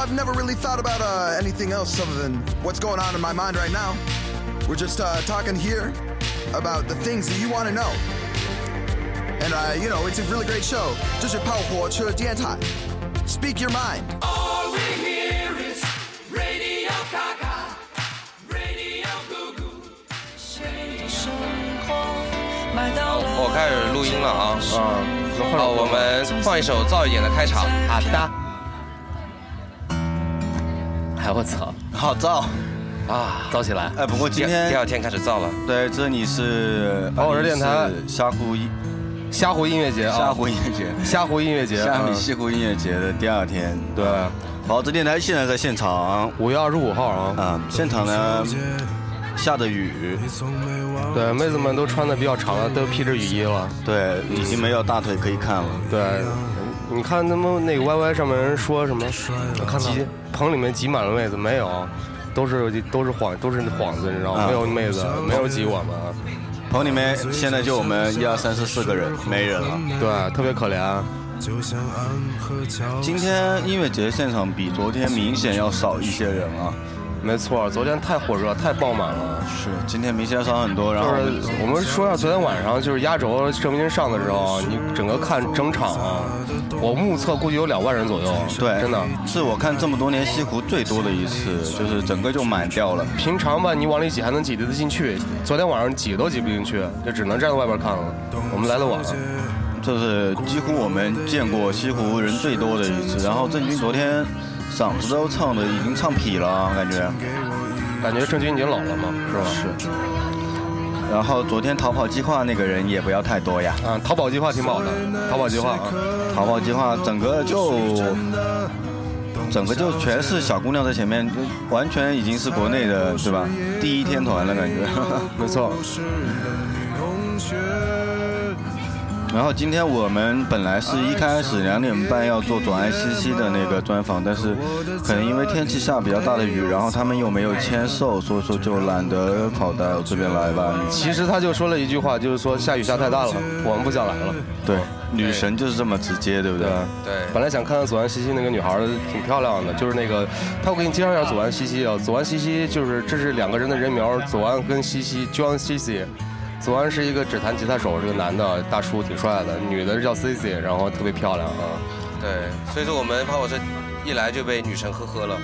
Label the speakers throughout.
Speaker 1: I've never really thought about uh, anything else other than what's going on in my mind right now. We're just uh, talking here about the things that you want to know. And, uh, you know, it's a really great show. 这是炮火车电台，Speak your mind。
Speaker 2: All we hear is Radio Gaga, Radio Goo Goo.
Speaker 3: 生活买到了
Speaker 4: 哦
Speaker 5: 我哦开始录音了啊！
Speaker 6: 嗯，
Speaker 5: 好，我们放一首燥一点的开场。好
Speaker 7: 啊
Speaker 5: 的。
Speaker 6: 哎我操
Speaker 7: 好燥。
Speaker 5: 啊，
Speaker 6: 燥起来！
Speaker 7: 哎，不过今
Speaker 5: 第二
Speaker 7: 天
Speaker 5: 天开始燥了。
Speaker 7: 对，这里是
Speaker 6: 哦我是电台
Speaker 7: 虾湖音
Speaker 6: 虾湖音乐节啊，
Speaker 7: 虾湖音乐节，
Speaker 6: 虾湖音乐节，
Speaker 7: 虾米
Speaker 6: 嗯
Speaker 7: 西湖音乐节的第二天。
Speaker 6: 对，
Speaker 7: 好，这电台现在在现场，
Speaker 6: 五月二十五号啊，
Speaker 7: 啊，现场呢下着雨，
Speaker 6: 对，妹子们都穿的比较长了，都披着雨衣了。
Speaker 7: 对，已经没有大腿可以看了。
Speaker 6: 对，你看他们那个 YY 上面人说什么，挤棚里面挤满了妹子，没有，都是都是幌都是幌子，你知道吗？
Speaker 7: 啊
Speaker 6: 没有妹子，没有挤我们，啊
Speaker 7: 棚里面现在就我们一二三四四个人，没人了。
Speaker 6: 对，特别可怜。啊
Speaker 7: 今天音乐节现场比昨天明显要
Speaker 6: 哦
Speaker 7: 少一些人啊，
Speaker 6: 没错，昨天太火热，太爆满了。
Speaker 7: 是，今天明显要少很多，然
Speaker 6: 就
Speaker 7: 后我们
Speaker 6: 是我们说一下昨天晚上，就是压轴郑钧上的时候，啊你整个看整场啊，我目测估计有两万人左右。啊
Speaker 7: 对，
Speaker 6: 真的。
Speaker 7: 是我看这么多年西湖最多的一次，就是整个就满掉了。
Speaker 6: 平常吧，你往里挤还能挤得进去，昨天晚上挤都挤不进去，就只能站在外边看了。我们来的晚了，
Speaker 7: 这是几乎我们见过西湖人最多的一次。然后郑钧昨天嗓子都唱的已经唱劈了啊，感觉。
Speaker 6: 感觉郑钧已经老了嘛，是吧？
Speaker 7: 是。然后昨天逃跑计划那个人也不要太多呀，
Speaker 6: 啊，淘宝计划挺好的，淘宝计划啊，
Speaker 7: 逃跑计划整个就。整个就全是小姑娘在前面，就完全已经是国内的，对吧？第一天团了感觉。
Speaker 6: 没错，
Speaker 7: 然后今天我们本来是一开始两点半要做左岸西西的那个专访，但是可能因为天气下比较大的雨，然后他们又没有签售，所以说就懒得跑到这边来吧。
Speaker 6: 其实他就说了一句话，就是说下雨下太大了，我们不想来了。
Speaker 7: 对，女神就是这么直接，对不对？
Speaker 5: 对，
Speaker 6: 本来想看看左岸西西那个女孩儿挺漂亮的，就是那个，他我给你介绍一下左岸西西啊，左岸西西就是这是两个人的人名儿，左岸跟西西，John 西西。左岸是一个只弹吉他手，是个男的大叔，挺帅的，女的叫 C C，然后特别漂亮啊。
Speaker 5: 对，所以说我们怕我这一来就被女神呵呵了。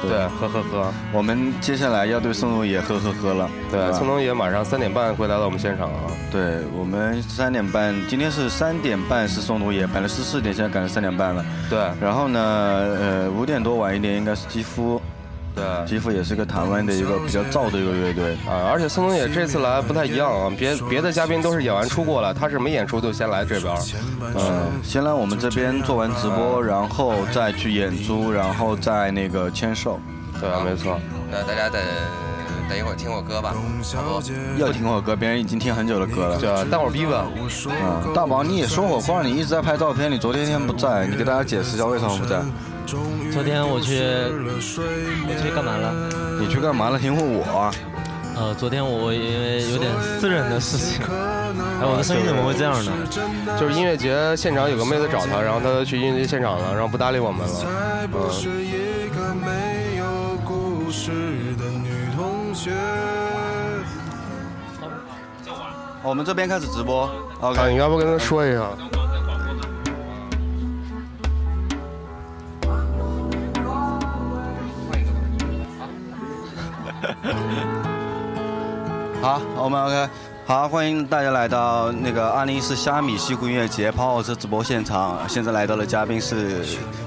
Speaker 7: 对
Speaker 6: 对，呵呵呵。
Speaker 7: 我们接下来要对宋冬野呵呵呵了，
Speaker 6: 对，
Speaker 7: 吧
Speaker 6: 宋冬野马上三点半会来到我们现场啊。
Speaker 7: 对我们三点半，今天是三点半是宋冬野，本来是四点，现在改成三点半了。
Speaker 6: 对
Speaker 7: 然后呢，呃，五点多晚一点应该是肌肤，
Speaker 6: 对
Speaker 7: 肌肤也是个台湾的一个比较燥的一个乐队。
Speaker 6: 啊，而且宋冬野这次来不太一样啊，别别的嘉宾都是演完出过来，他是没演出就先来这边儿。
Speaker 7: 嗯，先来我们这边做完直播，然后再去演出，然后再那个签售。
Speaker 6: 对，没错。
Speaker 5: 那大家等等一会儿听我歌吧，好不？
Speaker 7: 要听我歌，别人已经听很久的歌了。
Speaker 6: 对，啊待会儿逼吧。
Speaker 7: 啊、大宝，你也说会话，你一直在拍照片，你昨天天不在，你给大家解释一下为什么不在？
Speaker 4: 昨天我去，我去干嘛了？
Speaker 7: 你去干嘛了？听问我。
Speaker 4: 呃，昨天我因为有点私人的事情。哎，我的声音怎么会这样呢？
Speaker 6: 就是音乐节现场有个妹子找他，然后他去音乐节现场了，然后不搭理我们了。
Speaker 8: 啊
Speaker 6: 嗯，
Speaker 7: 我们这边开始直播。
Speaker 6: 啊，
Speaker 7: OK，
Speaker 6: 你要不跟他说一下？
Speaker 7: 好，我们 OK。好，欢迎大家来到那个二零一四虾米西湖音乐节泡泡车直播现场。现在来到的嘉宾是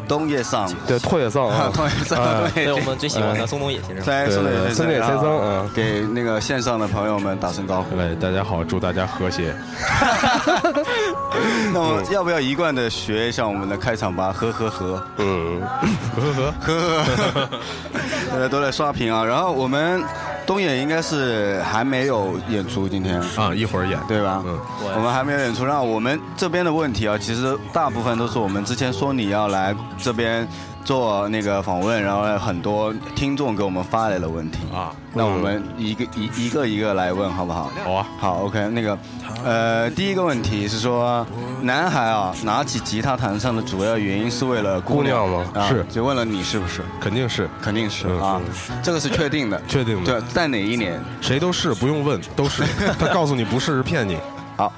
Speaker 7: 东野上，
Speaker 6: 对，拓野丧啊，
Speaker 7: 东野上，
Speaker 4: 对我们最喜
Speaker 7: 哎
Speaker 4: 欢的宋冬野先生。
Speaker 7: 在宋
Speaker 6: 对对
Speaker 7: 野
Speaker 6: 对宋野先生
Speaker 7: 啊
Speaker 6: 嗯
Speaker 7: 给那个线上的朋友们打声招呼。
Speaker 8: 来，大家好，祝大家和谐。
Speaker 7: 那我们要不要一贯的学一下我们的开场吧？呵呵呵，
Speaker 6: 嗯，
Speaker 7: 呵呵， 大家都在刷屏啊。然后我们东野应该是还没有演出今天。
Speaker 8: 啊，一会儿演。
Speaker 7: 对吧？
Speaker 8: 嗯，
Speaker 7: 我们还没有演出，让我们这边的问题啊，其实大部分都是我们之前说你要来这边做那个访问，然后呢很多听众给我们发来了问题
Speaker 8: 啊，
Speaker 7: 那我们一个一一个一个来问好不好？
Speaker 8: 好啊，
Speaker 7: 好，OK，那个，呃，第一个问题是说，男孩啊，拿起吉他弹唱的主要原因是为了姑娘
Speaker 6: 姑娘吗
Speaker 7: 啊、
Speaker 8: 是
Speaker 7: 就问了你是不是？
Speaker 8: 肯定是
Speaker 7: 肯定是
Speaker 8: 嗯
Speaker 7: 啊，这个是确定的，
Speaker 8: 确定的
Speaker 7: 对，在哪一年？
Speaker 8: 谁都是不用问，都是 他告诉你不是是骗你。
Speaker 7: 好，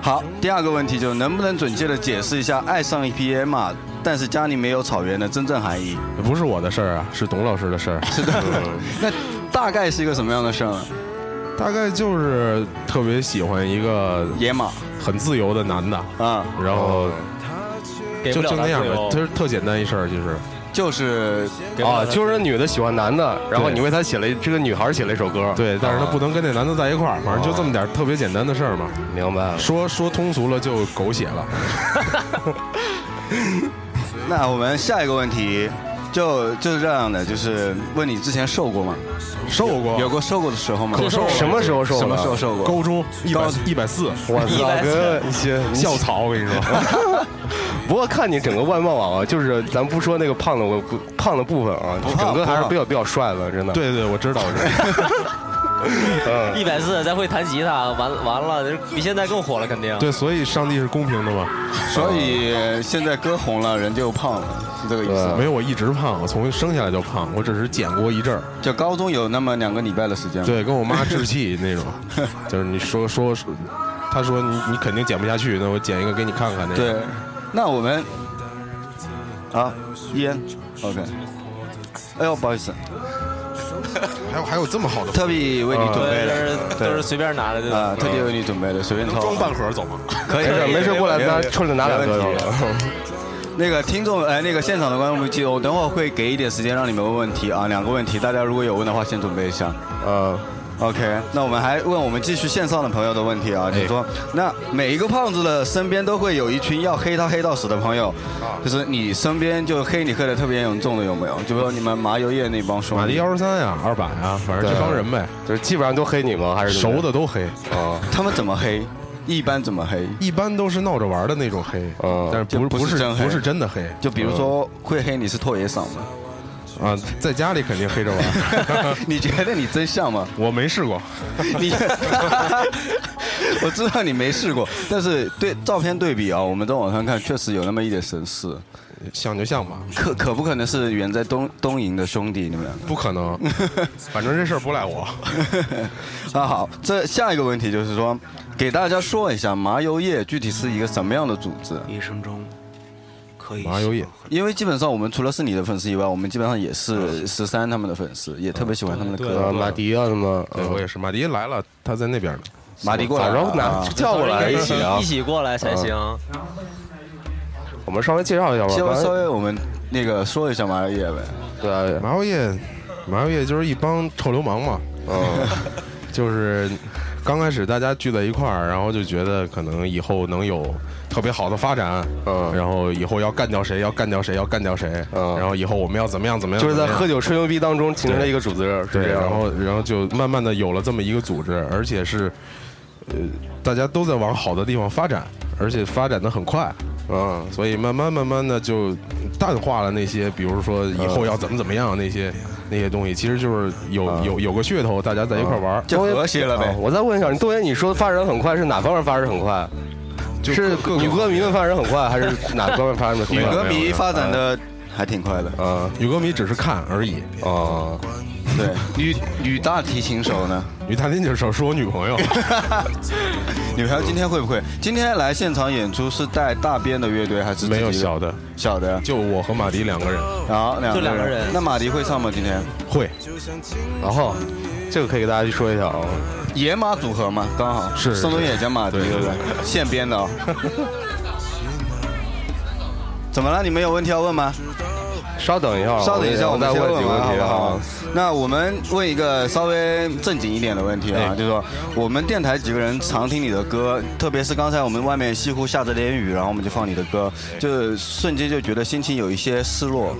Speaker 7: 好，第二个问题就是能不能准确的解释一下爱上一匹野马，但是家里没有草原的真正含义？
Speaker 8: 不是我的事儿啊，是董老师的事儿。
Speaker 7: 是的，
Speaker 8: 嗯
Speaker 7: 那大概是一个什么样的事儿呢？
Speaker 8: 大概就是特别喜欢一个
Speaker 7: 野马
Speaker 8: 很自由的男的，
Speaker 7: 啊，
Speaker 8: 然后
Speaker 4: 给不
Speaker 8: 就
Speaker 4: 了
Speaker 8: 就
Speaker 4: 他
Speaker 8: 那样
Speaker 4: 自
Speaker 8: 的，
Speaker 4: 由
Speaker 8: 就是特简单一事儿，就是
Speaker 7: 就是
Speaker 6: 啊，就是那女的喜欢男的，然后
Speaker 8: 对
Speaker 6: 你为她写了一这个女孩写了一首歌，啊
Speaker 8: 对，但是他不能跟那男的在一块儿，反正就这么点儿特别简单的事儿嘛。
Speaker 6: 明白了。
Speaker 8: 说说通俗了就狗血了，
Speaker 7: 那我们下一个问题就就是这样的，就是问你之前瘦过吗？
Speaker 8: 瘦过
Speaker 7: 有过瘦过的时候吗？
Speaker 6: 可瘦了什么时候瘦的
Speaker 7: 什么时候瘦过？
Speaker 8: 高中一百 一百四，
Speaker 6: 我操，哥，你这你
Speaker 8: 校草我跟你说，
Speaker 6: 不过看你整个外貌啊，就是咱不说那个胖的我不胖的部分啊，
Speaker 7: 不胖
Speaker 6: 整个还是
Speaker 7: 不胖
Speaker 6: 比较比较帅的，真的。，嗯
Speaker 8: 对对，我知道我知道。
Speaker 4: 一百四再会弹吉他，完完了比现在更火了，肯定。
Speaker 8: 对，所以上帝是公平的嘛。
Speaker 7: 所以现在歌红了，人就胖了，是这个意思吗
Speaker 8: 没。有，我一直胖，我从生下来就胖，我只是减过一阵儿。
Speaker 7: 就高中有那么两个礼拜的时间吗？
Speaker 8: 对，跟我 妈置气那种，就是你说说，说她说你你肯定减不下去，那我减一个给你看看那种。
Speaker 7: 对，那我们啊，烟，OK。哎呦，不好意思，
Speaker 8: 还有还有这么好的
Speaker 7: 特地为你准备
Speaker 4: 都
Speaker 7: 的
Speaker 4: 是都是随便拿的，
Speaker 7: 啊，
Speaker 4: 就
Speaker 7: 特地为你准备的，随便啊抽。
Speaker 8: 装半盒走吗？
Speaker 7: 可以，
Speaker 6: 没事没事，过来拿
Speaker 7: 抽
Speaker 6: 冲着拿两个就好了。
Speaker 7: 那个听众，哎，那个现场的观众们记得，我等会儿会给一点时间让你们问问题啊，两个问题，大家如果有问的话，先准备一下。
Speaker 8: 啊
Speaker 6: 嗯，
Speaker 7: OK，那我们还问我们继续线上的朋友的问题啊，就是说，那每一个胖子的身边都会有一群要黑他黑到死的朋友，
Speaker 8: 啊
Speaker 7: 就是你身边就黑你黑的特别严重的有没有？就比如你们麻油叶那帮兄
Speaker 8: 马
Speaker 7: 弟
Speaker 8: 迪，幺十三呀，二百啊，反正这
Speaker 6: 对
Speaker 8: 帮人呗，
Speaker 6: 就是基本上都黑你吗？还是
Speaker 8: 熟的都黑，
Speaker 6: 啊？
Speaker 7: 哦他们怎么黑？一般怎么黑？
Speaker 8: 一般都是闹着玩的那种黑，
Speaker 6: 嗯
Speaker 8: 但是不
Speaker 7: 哦就不
Speaker 8: 不
Speaker 7: 是
Speaker 8: 是
Speaker 7: 真黑
Speaker 8: 不是真的黑嗯
Speaker 7: 就比如说会黑你是拓野嗓吗？
Speaker 8: 啊，在家里肯定黑着 玩。
Speaker 7: 你觉得你真像吗？
Speaker 8: 我没试过，
Speaker 7: 你， 我知道你没试过，但是对照片对比啊，我们在网上看确实有那么一点神似，
Speaker 8: 像就像吧，
Speaker 7: 可可不可能是远在东东营的兄弟你们两个？
Speaker 8: 不可 能，反正这事儿不赖我。
Speaker 7: 啊 好，这下一个问题就是说，给大家说一下麻油业具体是一个什么样的组织？
Speaker 9: 一生中可以
Speaker 8: 麻油叶
Speaker 7: 因为基本上我们除了是你的粉丝以外，我们基本上也是
Speaker 8: 嗯
Speaker 7: 十三他们的粉丝，也特别喜欢他
Speaker 9: 嗯
Speaker 7: 们的歌。
Speaker 6: 啊，马迪啊什么？
Speaker 8: 对我也是，马迪来了，他在那边呢。
Speaker 7: 马迪过来
Speaker 6: 咋着拿
Speaker 7: 啊
Speaker 6: 叫过来一起啊嗯
Speaker 4: 一？起过来才行。
Speaker 6: 我们稍微介绍一下吧。
Speaker 7: 稍微
Speaker 6: 刚才
Speaker 7: 稍微我们那个说一下麻油业呗。
Speaker 6: 对啊，
Speaker 8: 麻油叶，麻油叶就是一帮臭流氓嘛，
Speaker 6: 嗯，
Speaker 8: 就是刚开始大家聚在一块儿，然后就觉得可能以后能有特别好的发展，
Speaker 6: 嗯
Speaker 8: 然后以后要干掉谁，要干掉谁，要干掉谁，
Speaker 6: 嗯
Speaker 8: 然后以后我们要怎么样怎么样，
Speaker 6: 就是在
Speaker 8: 怎么样
Speaker 6: 喝酒吹牛逼当中形成了一个组织，是
Speaker 8: 对，
Speaker 6: 这样
Speaker 8: 然后然后就慢慢的有了这么一个组织，而且是呃大家都在往好的地方发展，而且发展的很快。啊
Speaker 6: 嗯，
Speaker 8: 所以慢慢慢慢的就淡化了那些，比如
Speaker 6: 呃
Speaker 8: 说以后要怎么怎么样那些那些东西，其实就是有有有个噱头，大家在一块玩儿，
Speaker 7: 就和谐了呗
Speaker 6: 啊我再问一下，东爷，你说发展很快是哪方面发展很快？
Speaker 8: 就是各
Speaker 6: 女
Speaker 8: 各个
Speaker 6: 歌迷的发展很快，还是哪方面发展 的很
Speaker 7: 女
Speaker 6: 快？
Speaker 7: 歌迷发展的还挺快的。
Speaker 6: 啊
Speaker 8: 女歌迷只是看而已。
Speaker 6: 啊，
Speaker 7: 对，女女大提琴手呢？
Speaker 8: 女弹琴手是我女朋友，
Speaker 7: 女朋友今天会不会？今天来现场演出是带大编的乐队还是自己
Speaker 8: 没
Speaker 7: 的
Speaker 8: 有小的，
Speaker 7: 小的？
Speaker 8: 就我和马迪两个人
Speaker 7: 然后两
Speaker 4: 就两个人
Speaker 7: 那马迪会唱吗？今天
Speaker 8: 会
Speaker 6: 然后这个可以给大家去说一下啊。
Speaker 7: 野马组合嘛，刚好
Speaker 8: 是
Speaker 7: 宋冬野加马迪，
Speaker 8: 对
Speaker 7: 对不对？现编的哦。 怎么了？你们有问题要问吗？
Speaker 6: 稍等一下啊，
Speaker 7: 稍等一下，我
Speaker 6: 我
Speaker 7: 们
Speaker 6: 再
Speaker 7: 先
Speaker 6: 问
Speaker 7: 问
Speaker 6: 几个
Speaker 7: 完
Speaker 6: 问
Speaker 7: 好
Speaker 6: 题
Speaker 7: 不好
Speaker 6: 啊。？
Speaker 7: 那我们问一个稍微正经一点的问题啊，就是说我们电台几个人常听你的歌，特别是刚才我们外面西湖下着点雨，然后我们就放你的歌，就瞬间就觉得心情有一些失落，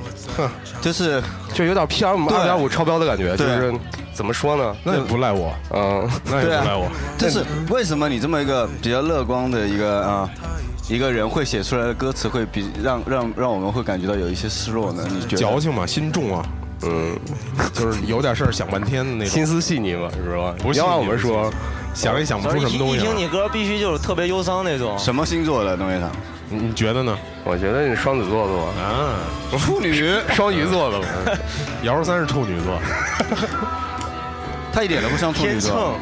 Speaker 7: 就是
Speaker 6: 就有点 PM
Speaker 7: 对
Speaker 6: 二点五超标的感觉，就
Speaker 7: 对
Speaker 6: 是怎么说呢？
Speaker 8: 那也不赖我，
Speaker 6: 嗯，
Speaker 8: 那也
Speaker 7: 对
Speaker 8: 不
Speaker 7: 啊
Speaker 8: 赖我。，
Speaker 7: 就是为什么你这么一个比较乐观的一个啊一个人会写出来的歌词会比让让让我们会感觉到有一些失落呢？你觉得？
Speaker 8: 矫情嘛，心重啊，嗯，就是有点事儿想半天的那种。
Speaker 6: 心思细腻嘛，是吧？
Speaker 8: 不
Speaker 6: 你
Speaker 8: 是
Speaker 6: 要按我们说，
Speaker 8: 想也想不
Speaker 4: 反
Speaker 8: 出
Speaker 4: 正
Speaker 8: 什
Speaker 4: 一
Speaker 8: 么东
Speaker 4: 一
Speaker 8: 西
Speaker 4: 听
Speaker 8: 来。
Speaker 4: 你歌必须就是特别忧伤那种。
Speaker 7: 什么星座的东西长？
Speaker 8: 你你觉得呢？
Speaker 6: 我觉得你双子座的吧，
Speaker 8: 啊，
Speaker 7: 处女，
Speaker 6: 双鱼座的吧，
Speaker 8: 姚十三是处女座，
Speaker 7: 他一点都不像处女
Speaker 4: 天
Speaker 7: 座
Speaker 4: 秤。，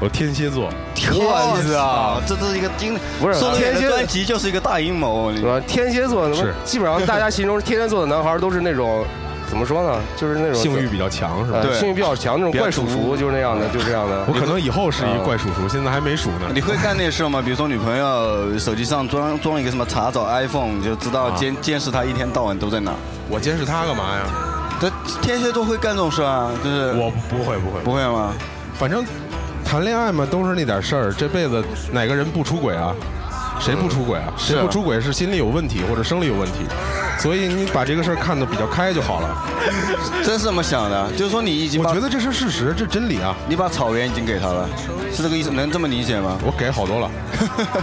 Speaker 8: 我天蝎座，
Speaker 7: 我操，这是一个金，
Speaker 6: 不是
Speaker 7: 说明
Speaker 6: 天
Speaker 7: 你
Speaker 6: 蝎
Speaker 7: 的专辑就是一个大阴谋。你
Speaker 6: 是吧？天蝎座，
Speaker 8: 是
Speaker 6: 基本上大家心中天蝎座的男孩都是那种怎么说呢？就是那 种
Speaker 8: 性欲比较强是吧？
Speaker 6: 呃
Speaker 7: 对
Speaker 6: 性欲比较强那种
Speaker 7: 比较
Speaker 6: 怪叔
Speaker 7: 毒
Speaker 6: 叔，就是那样的，就是这样的
Speaker 8: 我。可能以后是一怪叔叔，现在还没数呢。
Speaker 7: 你会干那事吗？比如说女朋友手机上装装一个什么查找 iPhone，你就知
Speaker 6: 啊
Speaker 7: 道监、监视她一天到晚都在哪。
Speaker 8: 我监视他干嘛呀？
Speaker 7: 这天蝎座会干这种事啊？就是
Speaker 8: 我不不会不会，
Speaker 7: 不会吗？
Speaker 8: 反正谈恋爱嘛都是那点事儿，这辈子哪个人不出轨啊？谁不出轨啊？
Speaker 7: 嗯
Speaker 8: 谁不出轨是心理有问题或者生理有问题，所以你把这个事儿看得比较开就好了。
Speaker 7: 真是这么想的？啊就是说你已经
Speaker 8: 我
Speaker 7: 把
Speaker 8: 觉得这是事实，这真理啊，
Speaker 7: 你把草原已经给他了，是这个意思？能这么理解吗？
Speaker 8: 我给好多 了。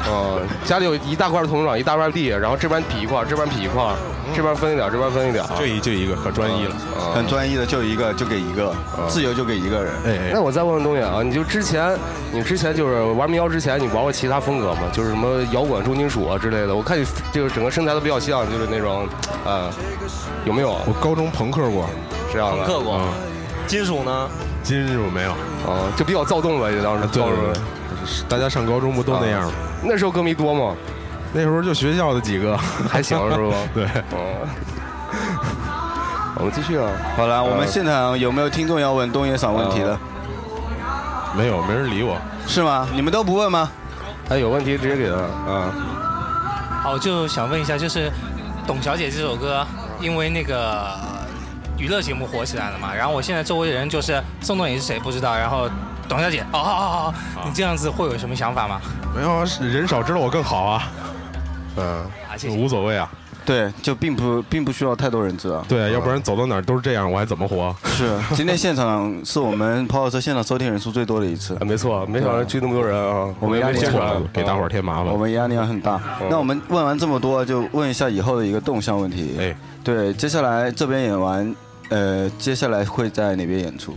Speaker 6: 哦，家里有一大块土壤，一大块地，然后这边劈一块，这边劈一块，这边分一点，这边分一点。啊
Speaker 8: 这一就一个可专一了。
Speaker 7: 哦很专一的，就一个就给一个，
Speaker 8: 啊
Speaker 7: 自由就给一个人。
Speaker 8: 哎，
Speaker 6: 那我再问问东野啊，你就之前，你之前就是玩民谣之前，你玩过其他风格吗？就是什么摇滚、重金属啊之类的。我看你这个整个身材都比较像，就是那种，呃，有没有啊
Speaker 8: 我高中朋克过，
Speaker 6: 这样
Speaker 4: 朋克
Speaker 6: 的？
Speaker 4: 过，金属呢？
Speaker 8: 今日我没有。啊
Speaker 6: 哦，就比较躁动呗，就当时
Speaker 8: 对
Speaker 6: 高中
Speaker 8: 对
Speaker 6: 啊
Speaker 8: 对，大家上高中不都那样吗？
Speaker 6: 那时候歌迷多吗？
Speaker 8: 那时候就学校的几个，
Speaker 6: 还行是吧？
Speaker 8: 对，
Speaker 6: 哦，我们继续啊。
Speaker 7: 好了，我
Speaker 8: 呃
Speaker 7: 们现场有没有听众要问东野赏问题的？
Speaker 8: 啊没有没人理我。
Speaker 7: 是吗？你们都不问吗？
Speaker 6: 哎，有问题直接给他啊。
Speaker 10: 好，就想问一下，就是《董小姐》这首歌，因为那个娱乐节目火起来了嘛，然后我现在周围的人就是宋冬野是谁不知道，然后董小姐，哦哦哦哦，你这样子会有什么想法吗？
Speaker 8: 没有啊，人少知道我更好啊。嗯，
Speaker 10: 啊，谢谢。
Speaker 8: 无所谓啊。
Speaker 7: 对，就并不并不需要太多人知道。嗯
Speaker 8: 对啊，要不然走到哪儿都是这样，我还怎么活？
Speaker 7: 是， 今天现场是我们跑火车现场收听人数最多的一次
Speaker 6: 啊，，没错，没想到聚那么多人啊。
Speaker 7: 我们压力
Speaker 6: 宣
Speaker 7: 很
Speaker 6: 传
Speaker 7: 大，
Speaker 8: 给大伙儿添麻
Speaker 7: 我
Speaker 8: 烦。
Speaker 7: 们压力很
Speaker 6: 嗯
Speaker 7: 大。
Speaker 8: 哦
Speaker 7: 那我们问完这么多，就问一下以后的一个动向问题。
Speaker 8: 哎，
Speaker 7: 对，接下来这边演完，呃，接下来会在哪边演出？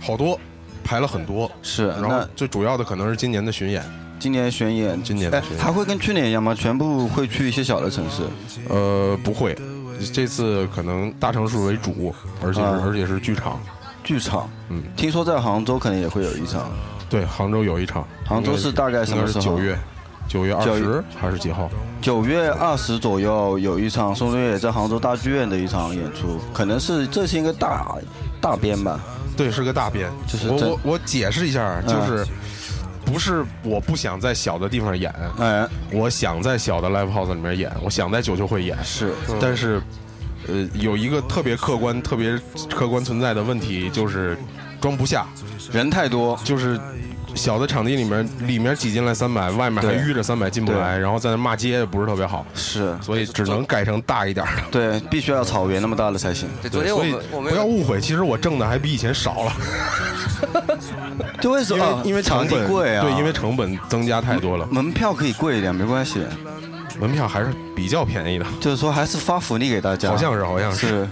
Speaker 8: 好多，排了很多。
Speaker 7: 是，
Speaker 8: 然后
Speaker 7: 那
Speaker 8: 最主要的可能是今年的巡演，
Speaker 7: 今年巡演，
Speaker 8: 今年的
Speaker 7: 哎
Speaker 8: 巡，演
Speaker 7: 还会跟去年一样吗？全部会去一些小的城市，
Speaker 8: 呃，不会，这次可能大城市为主，而且是
Speaker 7: 啊
Speaker 8: 而且是剧场，
Speaker 7: 剧场。
Speaker 8: 嗯，
Speaker 7: 听说在杭州可能也会有一场，
Speaker 8: 对，杭州有一场，
Speaker 7: 杭州是大概什
Speaker 8: 应
Speaker 7: 么
Speaker 8: 该
Speaker 7: 时
Speaker 8: 是
Speaker 7: 候？
Speaker 8: 九月，九月二
Speaker 7: 九
Speaker 8: 十
Speaker 7: 月
Speaker 8: 还是几号？
Speaker 7: 九月二十左右有一场宋冬野在杭州大剧院的一场演出，可能是这是一个大大编吧。
Speaker 8: 对，是个大编。
Speaker 7: 就是
Speaker 8: 我
Speaker 7: 真嗯
Speaker 8: 我我解释一下，就是不是我不想在小的地方演，
Speaker 7: 哎，
Speaker 8: 我想在小的 live house 里面演，我想在九球会演，
Speaker 7: 是
Speaker 5: 嗯
Speaker 8: 但是呃有一个特别客观、特别客观存在的问题就是装不下，
Speaker 7: 人太多，
Speaker 8: 就是。小的场地里面，里面挤进来三百，外面还
Speaker 7: 对
Speaker 8: 淤着三百进不来，然后在那骂街也不是特别好，
Speaker 7: 是
Speaker 8: 所以只能改成大一点的。
Speaker 7: 对，必须要草原那么大的才行。
Speaker 5: 对，昨天我
Speaker 8: 所以
Speaker 5: 们我们
Speaker 8: 不要
Speaker 5: 有
Speaker 8: 误会，其实我挣的还比以前少了，
Speaker 7: 就为什
Speaker 8: 因
Speaker 7: 么？
Speaker 8: 为因为
Speaker 7: 场
Speaker 8: 成
Speaker 7: 地
Speaker 8: 本
Speaker 7: 贵啊，
Speaker 8: 对，因为成本增加太多了。
Speaker 7: 门票可以贵一点，没关系。
Speaker 8: 门票还是比较便宜的，
Speaker 7: 就是说还是发福利给大家，
Speaker 8: 好像是，好像是。。
Speaker 7: 是。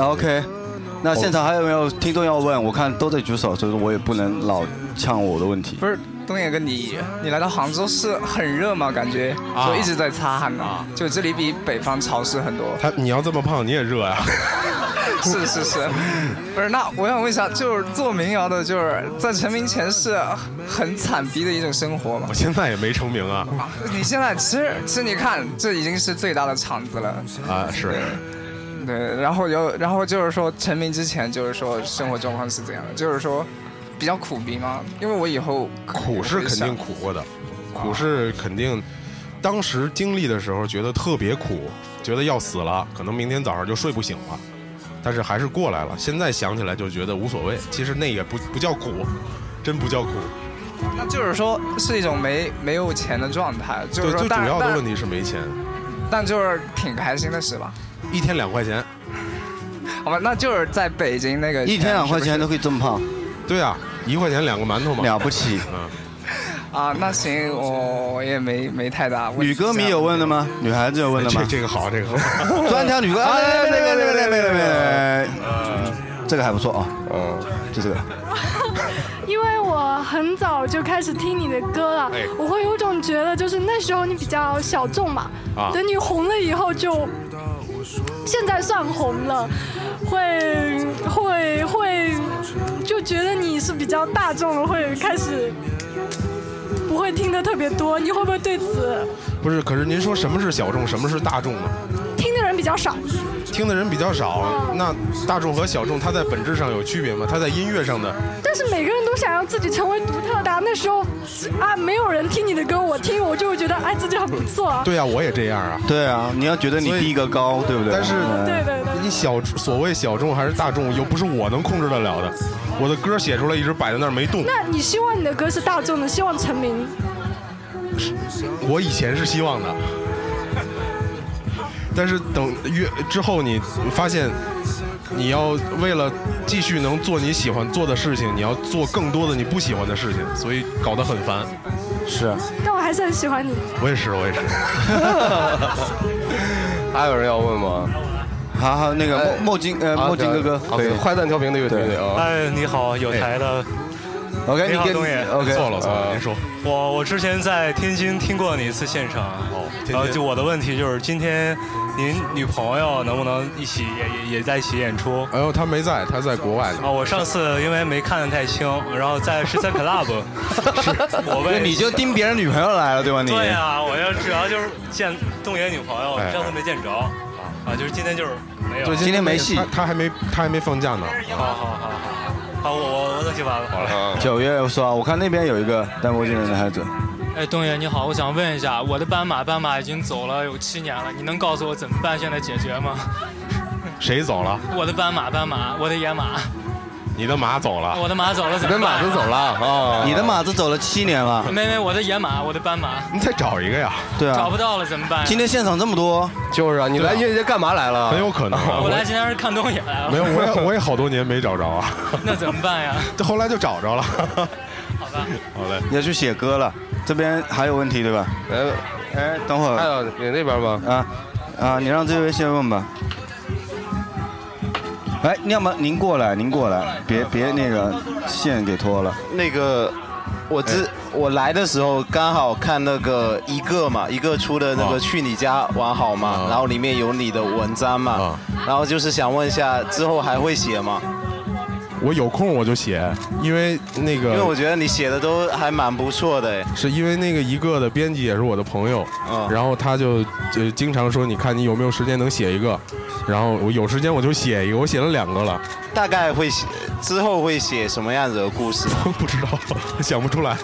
Speaker 7: 啊 OK，那现场还有没有听众要问？我看都在举手，所以说我也不能老呛我的问题。
Speaker 11: 不是东野哥，你你来到杭州是很热吗？感觉就一直在擦汗呢，就这里比北方潮湿很多
Speaker 8: 他你要这么胖，你也热啊呀、
Speaker 11: 是是是，不是那我想问一下，就是做民谣的，就是在成名前是很惨逼的一种生活吗
Speaker 8: 我？现在也没成名啊，
Speaker 11: 你现在其实其实你看，这已经是最大的场子了。
Speaker 8: 啊是，
Speaker 11: 对，然后有，然后就是说成名之前，就是说生活状况是怎样的？就是说比较苦逼吗？因为我以后可能
Speaker 8: 苦是
Speaker 11: 会
Speaker 8: 肯
Speaker 11: 想
Speaker 8: 定苦过的，苦是肯定，当时经历的时候觉得特别苦，觉得要死了，可能明天早上就睡不醒了，但是还是过来了。现在想起来就觉得无所谓，其实那也不不叫苦，真不叫苦。
Speaker 11: 那就是说是一种没没有钱的状态，就
Speaker 8: 对，
Speaker 11: 是说
Speaker 8: 最主
Speaker 11: 但
Speaker 8: 要的
Speaker 11: 但
Speaker 8: 问题是没钱，
Speaker 11: 但就是挺开心的是吧？
Speaker 8: 一天两块钱。
Speaker 11: 好吧，那就是在北京那个
Speaker 7: 一天两块
Speaker 11: 是
Speaker 7: 钱都可以这么胖，
Speaker 8: 对啊，一块钱两个馒头嘛。
Speaker 7: 了不起。
Speaker 8: 嗯，
Speaker 11: 不是啊，那行，我我也没没太大问题。
Speaker 7: 女歌迷有问的吗？女孩子有问的吗？
Speaker 8: 这这个好，这个好。
Speaker 7: 专挑女歌，
Speaker 11: 啊
Speaker 7: 啊，那
Speaker 11: 对
Speaker 7: 个
Speaker 11: 对
Speaker 7: 那个
Speaker 11: 对
Speaker 7: 那
Speaker 11: 对
Speaker 7: 个
Speaker 11: 对
Speaker 7: 那个，这个还不错啊，嗯，就这个。
Speaker 12: 因为我很早就开始听你的歌了
Speaker 7: 哎，
Speaker 12: 我会有种觉得，就是那时候你比较小众嘛
Speaker 7: 啊，
Speaker 12: 等你红了以后就，现在算红了，会会会，就觉得你是比较大众的，会开始不会听的特别多。你会不会对此
Speaker 8: 不是，可是您说什么是小众，什么是大众呢？
Speaker 12: 听的人比较少？
Speaker 8: 听的人比较少，那大众和小众，它在本质上有区别吗？它在音乐上的
Speaker 12: 但是每个人都想要自己成为独特的啊、那时候啊，没有人听你的歌，我听我就会觉得哎，自己很不错啊。
Speaker 8: 对啊，我也这样啊。
Speaker 7: 对啊，你要觉得你第一个高，对不嗯对？
Speaker 8: 但是
Speaker 12: 对对对
Speaker 8: 你小所谓小众还是大众，又不是我能控制得了的。我的歌写出来一直摆在那儿没动。
Speaker 12: 那你希望你的歌是大众的，希望成名？
Speaker 8: 我以前是希望的，但是等越之后，你发现你要为了继续能做你喜欢做的事情，你要做更多的你不喜欢的事情，所以搞得很烦。
Speaker 7: 是，
Speaker 12: 但我还是很喜欢你。
Speaker 8: 我也是，我也是。
Speaker 6: 还有人要问吗？哎
Speaker 7: 好好，那个墨墨镜呃墨镜哥哥，对，哎
Speaker 6: 坏蛋调频的乐队啊。
Speaker 13: 哎，你好，有台的。
Speaker 7: OK，
Speaker 13: 你好，
Speaker 7: 你跟
Speaker 13: 东野。
Speaker 7: OK 错了错了
Speaker 13: 呃
Speaker 7: 您说。
Speaker 13: 我我之前在天津听过你一次现场，哦，然后就我的问题就是，今天您女朋友能不能一起也也也在一起演出？
Speaker 8: 哎呦，他没在，他在国外呢。
Speaker 13: 啊，我上次因为没看得太清，然后在十三 club，是 我被
Speaker 7: 你就盯别人女朋友来了，
Speaker 8: 啊
Speaker 7: 对吧？你
Speaker 13: 对呀、我要主要就是见东野女朋友，
Speaker 8: 哎
Speaker 13: 上次没见着，啊，就是今天就是没有。
Speaker 8: 他他还没他还没放假呢。
Speaker 13: 好好好好好，好，我我我再去玩了。好了。
Speaker 8: 嗯
Speaker 7: 九月是吧？我看那边有一个戴墨镜的男孩子，
Speaker 14: 哎，东野你好，我想问一下，我的斑马斑马已经走了有七年了，你能告诉我怎么办，现在解决吗？
Speaker 8: 谁走了？
Speaker 14: 我的斑马斑马，我的野马，
Speaker 8: 你的马走了。
Speaker 14: 我的马走了怎么办？
Speaker 7: 啊你的马子走了七年了，
Speaker 14: 没没，我的野马，我的斑马，
Speaker 8: 你再找一个呀。
Speaker 7: 啊对
Speaker 14: 找
Speaker 7: 啊
Speaker 14: 不，到了怎么办？
Speaker 7: 今天现场这么多，
Speaker 6: 就是啊，你来
Speaker 7: 对啊
Speaker 6: 音乐节干嘛来了？
Speaker 8: 很有可能啊
Speaker 14: 我来今天是看东野来了。
Speaker 8: 没有，我也我也好多年没找着啊，
Speaker 14: 那怎么 办呀？
Speaker 8: 后来就找着了。好嘞，
Speaker 7: 要去写歌了。这边还有问题对吧？
Speaker 6: 呃，
Speaker 7: 哎，等会儿，
Speaker 6: 还有你那边吧。
Speaker 7: 啊啊，你让这位先问吧。哎，要么您过来，您过来，别别那个线给脱了。
Speaker 15: 那个，我之、
Speaker 8: 哎
Speaker 15: 我来的时候刚好看那个一个嘛，一个出的那
Speaker 7: 啊
Speaker 15: 个去你家玩好
Speaker 8: 啊
Speaker 15: 嘛，然后里面有你的文章嘛，然后就是想问一下，之后还会写吗？
Speaker 8: 我有空我就写，因为那个，
Speaker 15: 因为我觉得你写的都还蛮不错的，哎
Speaker 8: 是因为那个一个的编辑也是我的朋友，
Speaker 15: 啊
Speaker 8: 然后他就就经常说，你看你有没有时间能写一个，然后我有时间我就写一个，我写了两个了，
Speaker 15: 大概会写之后会写什么样子的故事？ 呃
Speaker 8: 不知道， 想不出来。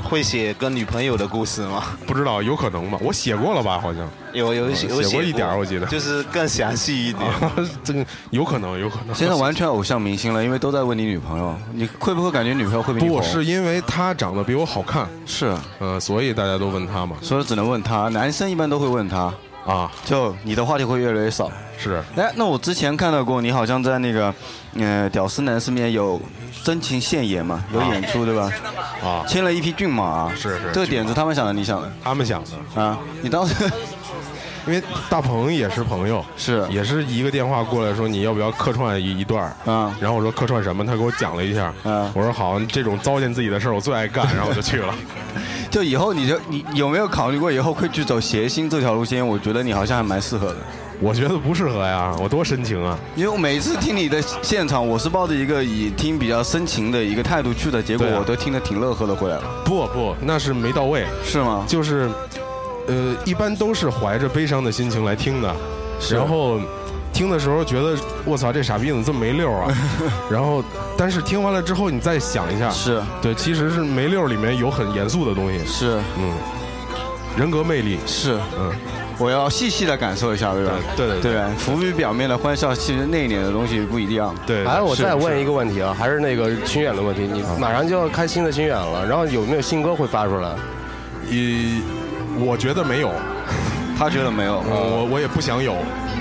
Speaker 15: 会写跟女朋友的故事吗？
Speaker 8: 不知道有可能吧？我写过了吧？好像
Speaker 15: 有有
Speaker 8: 嗯
Speaker 15: 写
Speaker 8: 写
Speaker 15: 有
Speaker 8: 过一点儿，我记得啊
Speaker 15: 就是更详细一点。
Speaker 8: 呃这个有可能，有可 能。
Speaker 7: 现在完全偶像明星了，因为都在问你女朋友，你会不会感觉女朋友会比你
Speaker 8: 不
Speaker 7: 红？
Speaker 8: 是因为他长得比我好看，
Speaker 7: 是，
Speaker 8: 呃，所以大家都问他嘛，
Speaker 7: 所以只能问他。男生一般都会问他
Speaker 8: 啊，
Speaker 7: 就你的话题会越来越少。
Speaker 8: 是，
Speaker 7: 哎，那我之前看到过，你好像在那个，呃，屌丝男士面有真情现眼嘛，有演出对吧？
Speaker 8: 啊，
Speaker 7: 签了一匹骏马，啊
Speaker 8: 是是
Speaker 7: 这个点子他们想的，你想的？
Speaker 8: 他们想的。
Speaker 7: 啊，你当时
Speaker 8: 因为大鹏也是朋友，
Speaker 7: 是
Speaker 8: 也是一个电话过来说你要不要客串一一段儿
Speaker 7: 嗯，
Speaker 8: 然后我说客串什么，他给我讲了一下，
Speaker 7: 嗯，
Speaker 8: 我说好，这种糟践自己的事儿我最爱干，然后我就去了。
Speaker 7: 就以后你就你有没有考虑过以后会去走谐星这条路线？我觉得你好像还蛮适合的。
Speaker 8: 我觉得不适合呀，我多深情啊！
Speaker 7: 因为我每次听你的现场，我是抱着一个以听比较深情的一个态度去的，结果
Speaker 8: 对啊
Speaker 7: 我都听得挺乐呵的回来了。
Speaker 8: 不不，那是没到位，
Speaker 7: 是吗？
Speaker 8: 就是，呃，一般都是怀着悲伤的心情来听的，
Speaker 7: 是
Speaker 8: 然后听的时候觉得我操，这傻逼怎么这么没溜儿啊？ 然后，但是听完了之后，你再想一下，
Speaker 7: 是
Speaker 8: 对，其实是没溜儿里面有很严肃的东西，
Speaker 7: 是，
Speaker 8: 嗯，人格魅力
Speaker 7: 是，
Speaker 8: 嗯，
Speaker 7: 我要细细的感受一下，对吧？
Speaker 8: 对对
Speaker 7: 对吧，浮于表面的欢笑，其实内敛的东西不一样。
Speaker 8: 对
Speaker 6: 还是哎我再问一个问题啊，还是那个巡演的问题，你马上就要开新的巡演了，然后有没有新歌会发出来？
Speaker 8: 一，呃我觉得没有，
Speaker 7: 他觉得没有， 嗯
Speaker 8: 我我也不想有，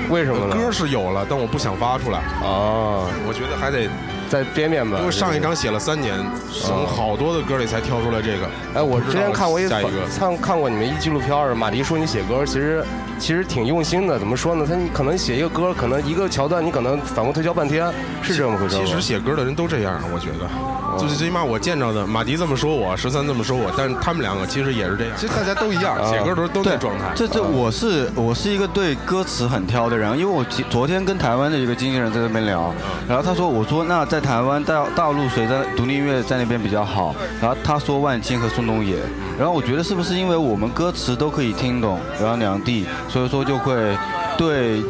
Speaker 6: 为什么呢？
Speaker 8: 歌是有了，但我不想发出来。
Speaker 6: 哦，
Speaker 8: 我觉得还得
Speaker 6: 再编编吧。
Speaker 8: 因为上一张写了三年，从好多的歌里才挑出来这个。
Speaker 6: 哦哎，我之前看过一
Speaker 8: 下一个
Speaker 6: 看看过你们一纪录片儿，马迪说你写歌其实其实挺用心的，怎么说呢？他你可能写一个歌，可能一个桥段，你可能反复推敲半天，是这么回事吗？
Speaker 8: 其实写歌的人都这样，我觉
Speaker 6: 哦
Speaker 8: 得，就是最起码我见着的马迪这么说我，十三这么说我，但是他们两个其实也是这样，其实大家都一样，
Speaker 6: 哦
Speaker 8: 写歌的时候都那
Speaker 7: 对
Speaker 8: 状态。啊
Speaker 7: 这这我是我是一个对歌词很挑的人，因为我昨昨天跟台湾的一个经纪人在这边
Speaker 8: 嗯
Speaker 7: 聊，然后他说我说那在台湾大大陆谁在独立音乐在那边比较好，然后他说万青和宋冬野，
Speaker 8: 嗯
Speaker 7: 然后我觉得是不是因为我们歌词都可以听懂，然后两地，所以说就会对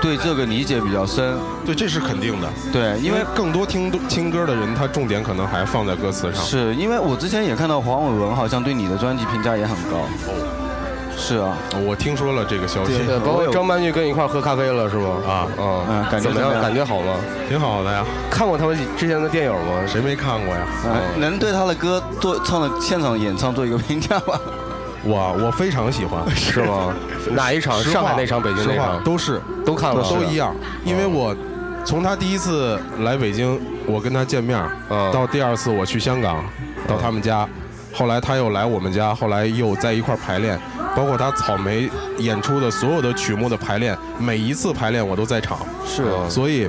Speaker 7: 对这个理解比较深，
Speaker 8: 对，这是肯定的，
Speaker 7: 对，因为
Speaker 8: 更多听听歌的人，他重点可能还放在歌词上。
Speaker 7: 是因为我之前也看到黄伟文好像对你的专辑评价也很高。
Speaker 8: 哦
Speaker 7: 是啊，
Speaker 8: 我听说了这个消息。
Speaker 6: 对，包括张曼玉跟你一块儿喝咖啡了是吗？
Speaker 8: 啊
Speaker 6: 嗯，
Speaker 7: 感觉
Speaker 6: 怎么
Speaker 7: 怎么
Speaker 6: 样？
Speaker 7: 样
Speaker 6: 感觉好吗？
Speaker 8: 挺好的呀。
Speaker 6: 看过他们之前的电影吗？
Speaker 8: 谁没看过呀？哦
Speaker 7: 哎能对他的歌做唱的现场演唱做一个评价吗？
Speaker 8: 我我非常喜欢，
Speaker 6: 是 吗哪一场
Speaker 8: 实话
Speaker 6: 上海那场北京那
Speaker 8: 实话
Speaker 6: 场
Speaker 8: 都是
Speaker 6: 都看了哦
Speaker 8: 都一样。因为我从他第一次来北京，我跟他见面，
Speaker 6: 哦
Speaker 8: 到第二次我去香港，到他们家，后来他又来我们家，后来又在一块儿排练，包括他草莓演出的所有的曲目的排练，每一次排练我都在场，
Speaker 6: 是，哦
Speaker 8: 所以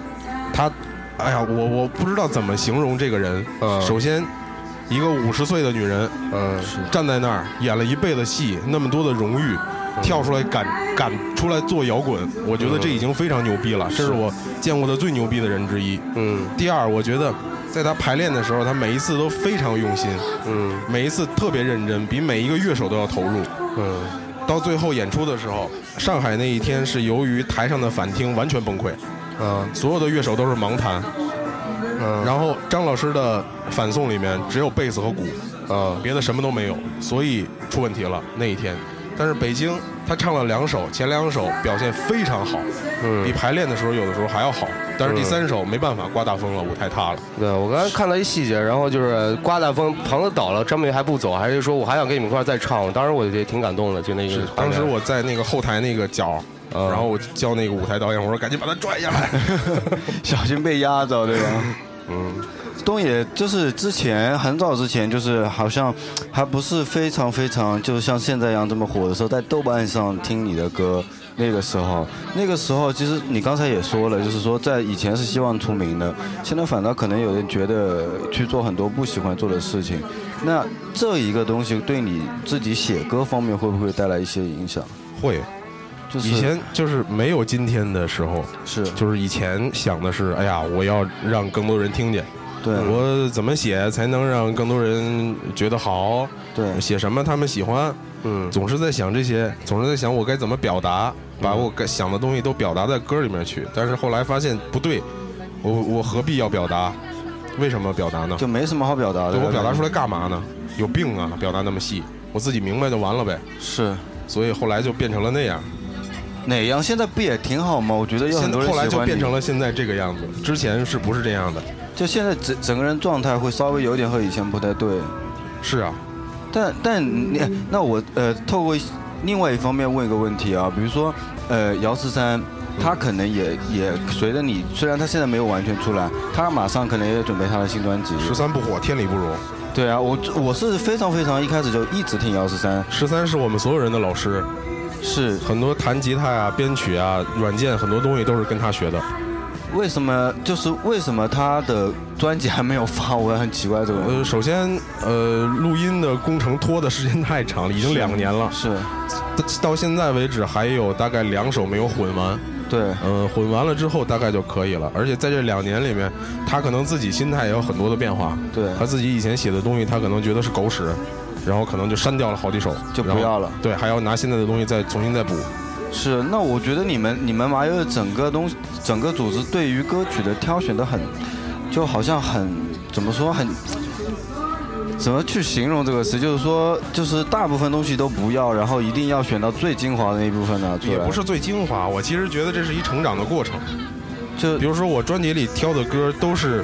Speaker 8: 他，哎呀，我我不知道怎么形容这个人。首先。一个五十岁的女人，呃
Speaker 6: 嗯，
Speaker 8: 站在那儿演了一辈子戏，那么多的荣誉，跳出来敢敢出来做摇滚，我觉得这已经非常牛逼了，这是我见过的最牛逼的人之一。
Speaker 6: 嗯，
Speaker 8: 第二，我觉得在他排练的时候，他每一次都非常用心，
Speaker 6: 嗯，
Speaker 8: 每一次特别认真，比每一个乐手都要投入，
Speaker 6: 嗯。
Speaker 8: 到最后演出的时候，上海那一天是由于台上的反听完全崩溃，
Speaker 6: 嗯，
Speaker 8: 所有的乐手都是盲弹，
Speaker 6: 嗯，
Speaker 8: 然后张老师的反送里面只有贝斯和鼓，呃
Speaker 6: 嗯，
Speaker 8: 别的什么都没有，所以出问题了那一天。但是北京他唱了两首，前两首表现非常好，
Speaker 6: 嗯
Speaker 8: 比排练的时候有的时候还要好。但
Speaker 7: 嗯
Speaker 8: 是第三首没办法，刮大风了，舞台塌了。
Speaker 6: 对，我刚才看到一细节，然后就是刮大风，棚子倒了，张梅还不走，还是说我还想跟你们一块儿再唱。当时我也挺感动的，就那个。嗯
Speaker 8: 当时我在那个后台那个角，然后我叫那个舞台导演，我说赶紧把他拽下来。
Speaker 7: 小心被压着，对吧？
Speaker 6: 嗯，
Speaker 7: 东野就是之前很早之前，就是好像还不是非常非常，就是像现在一样这么火的时候，在豆瓣上听你的歌，那个时候，那个时候其实你刚才也说了，就是说在以前是希望出名的，现在反倒可能有人觉得去做很多不喜欢做的事情。那这一个东西对你自己写歌方面会不会带来一些影响？
Speaker 8: 会，
Speaker 7: 就是
Speaker 8: 以前就是没有今天的时候，
Speaker 7: 是
Speaker 8: 就是以前想的是，哎呀，我要让更多人听见，
Speaker 7: 对
Speaker 8: 我怎么写才能让更多人觉得好？
Speaker 7: 对，
Speaker 8: 写什么他们喜欢？
Speaker 6: 嗯，
Speaker 8: 总是在想这些，总是在想我该怎么表达，把
Speaker 7: 嗯
Speaker 8: 我该想的东西都表达在歌里面去。但是后来发现不对，我我何必要表达？为什么表达呢？
Speaker 7: 就没什么好表达的。
Speaker 8: 啊对我表达出来干嘛呢？有病啊！表达那么细，我自己明白就完了呗。
Speaker 7: 是，
Speaker 8: 所以后来就变成了那样。
Speaker 7: 哪样？现在不也挺好吗？我觉得有很
Speaker 8: 现在
Speaker 7: 多人
Speaker 8: 后来
Speaker 7: 喜
Speaker 8: 就
Speaker 7: 欢
Speaker 8: 变
Speaker 7: 你
Speaker 8: 成了现在这个样子，之前是不是这样的？
Speaker 7: 就现在整整个人状态会稍微有点和以前不太对。
Speaker 8: 是啊，
Speaker 7: 但但你那我呃，透过另外一方面问一个问题啊，比如说呃，姚十三。他可能也也随着你，虽然他现在没有完全出来，他马上可能也准备他的新专辑。十
Speaker 8: 三不火，天理不容。
Speaker 7: 对啊，我我是非常非常一开始就一直听姚十三。
Speaker 8: 十三是我们所有人的老师，
Speaker 7: 是
Speaker 8: 很多弹吉他呀、编曲啊、软件很多东西都是跟他学的。
Speaker 7: 为什么？就是为什么他的专辑还没有发？我也很奇怪这个问题。
Speaker 8: 呃，首先，呃，录音的工程拖的时间太长了，已经
Speaker 7: 是
Speaker 8: 两年了。
Speaker 7: 是，
Speaker 8: 到到现在为止还有大概两首没有混完。
Speaker 7: 对，
Speaker 8: 嗯、混完了之后大概就可以了。而且在这两年里面，他可能自己心态也有很多的变化。
Speaker 7: 对
Speaker 8: 他自己以前写的东西，他可能觉得是狗屎，然后可能就删掉了好几首，
Speaker 7: 就不
Speaker 8: 然后
Speaker 7: 要了。
Speaker 8: 对，还要拿现在的东西再重新再补。
Speaker 7: 是，那我觉得你们你们麻友整个东西整个组织对于歌曲的挑选的很，就好像很怎么说很，怎么去形容这个词？就是说，就是大部分东西都不要，然后一定要选到最精华的那一部分拿出来。
Speaker 8: 也不是最精华，我其实觉得这是一成长的过程。
Speaker 7: 就
Speaker 8: 比如说我专辑里挑的歌都是，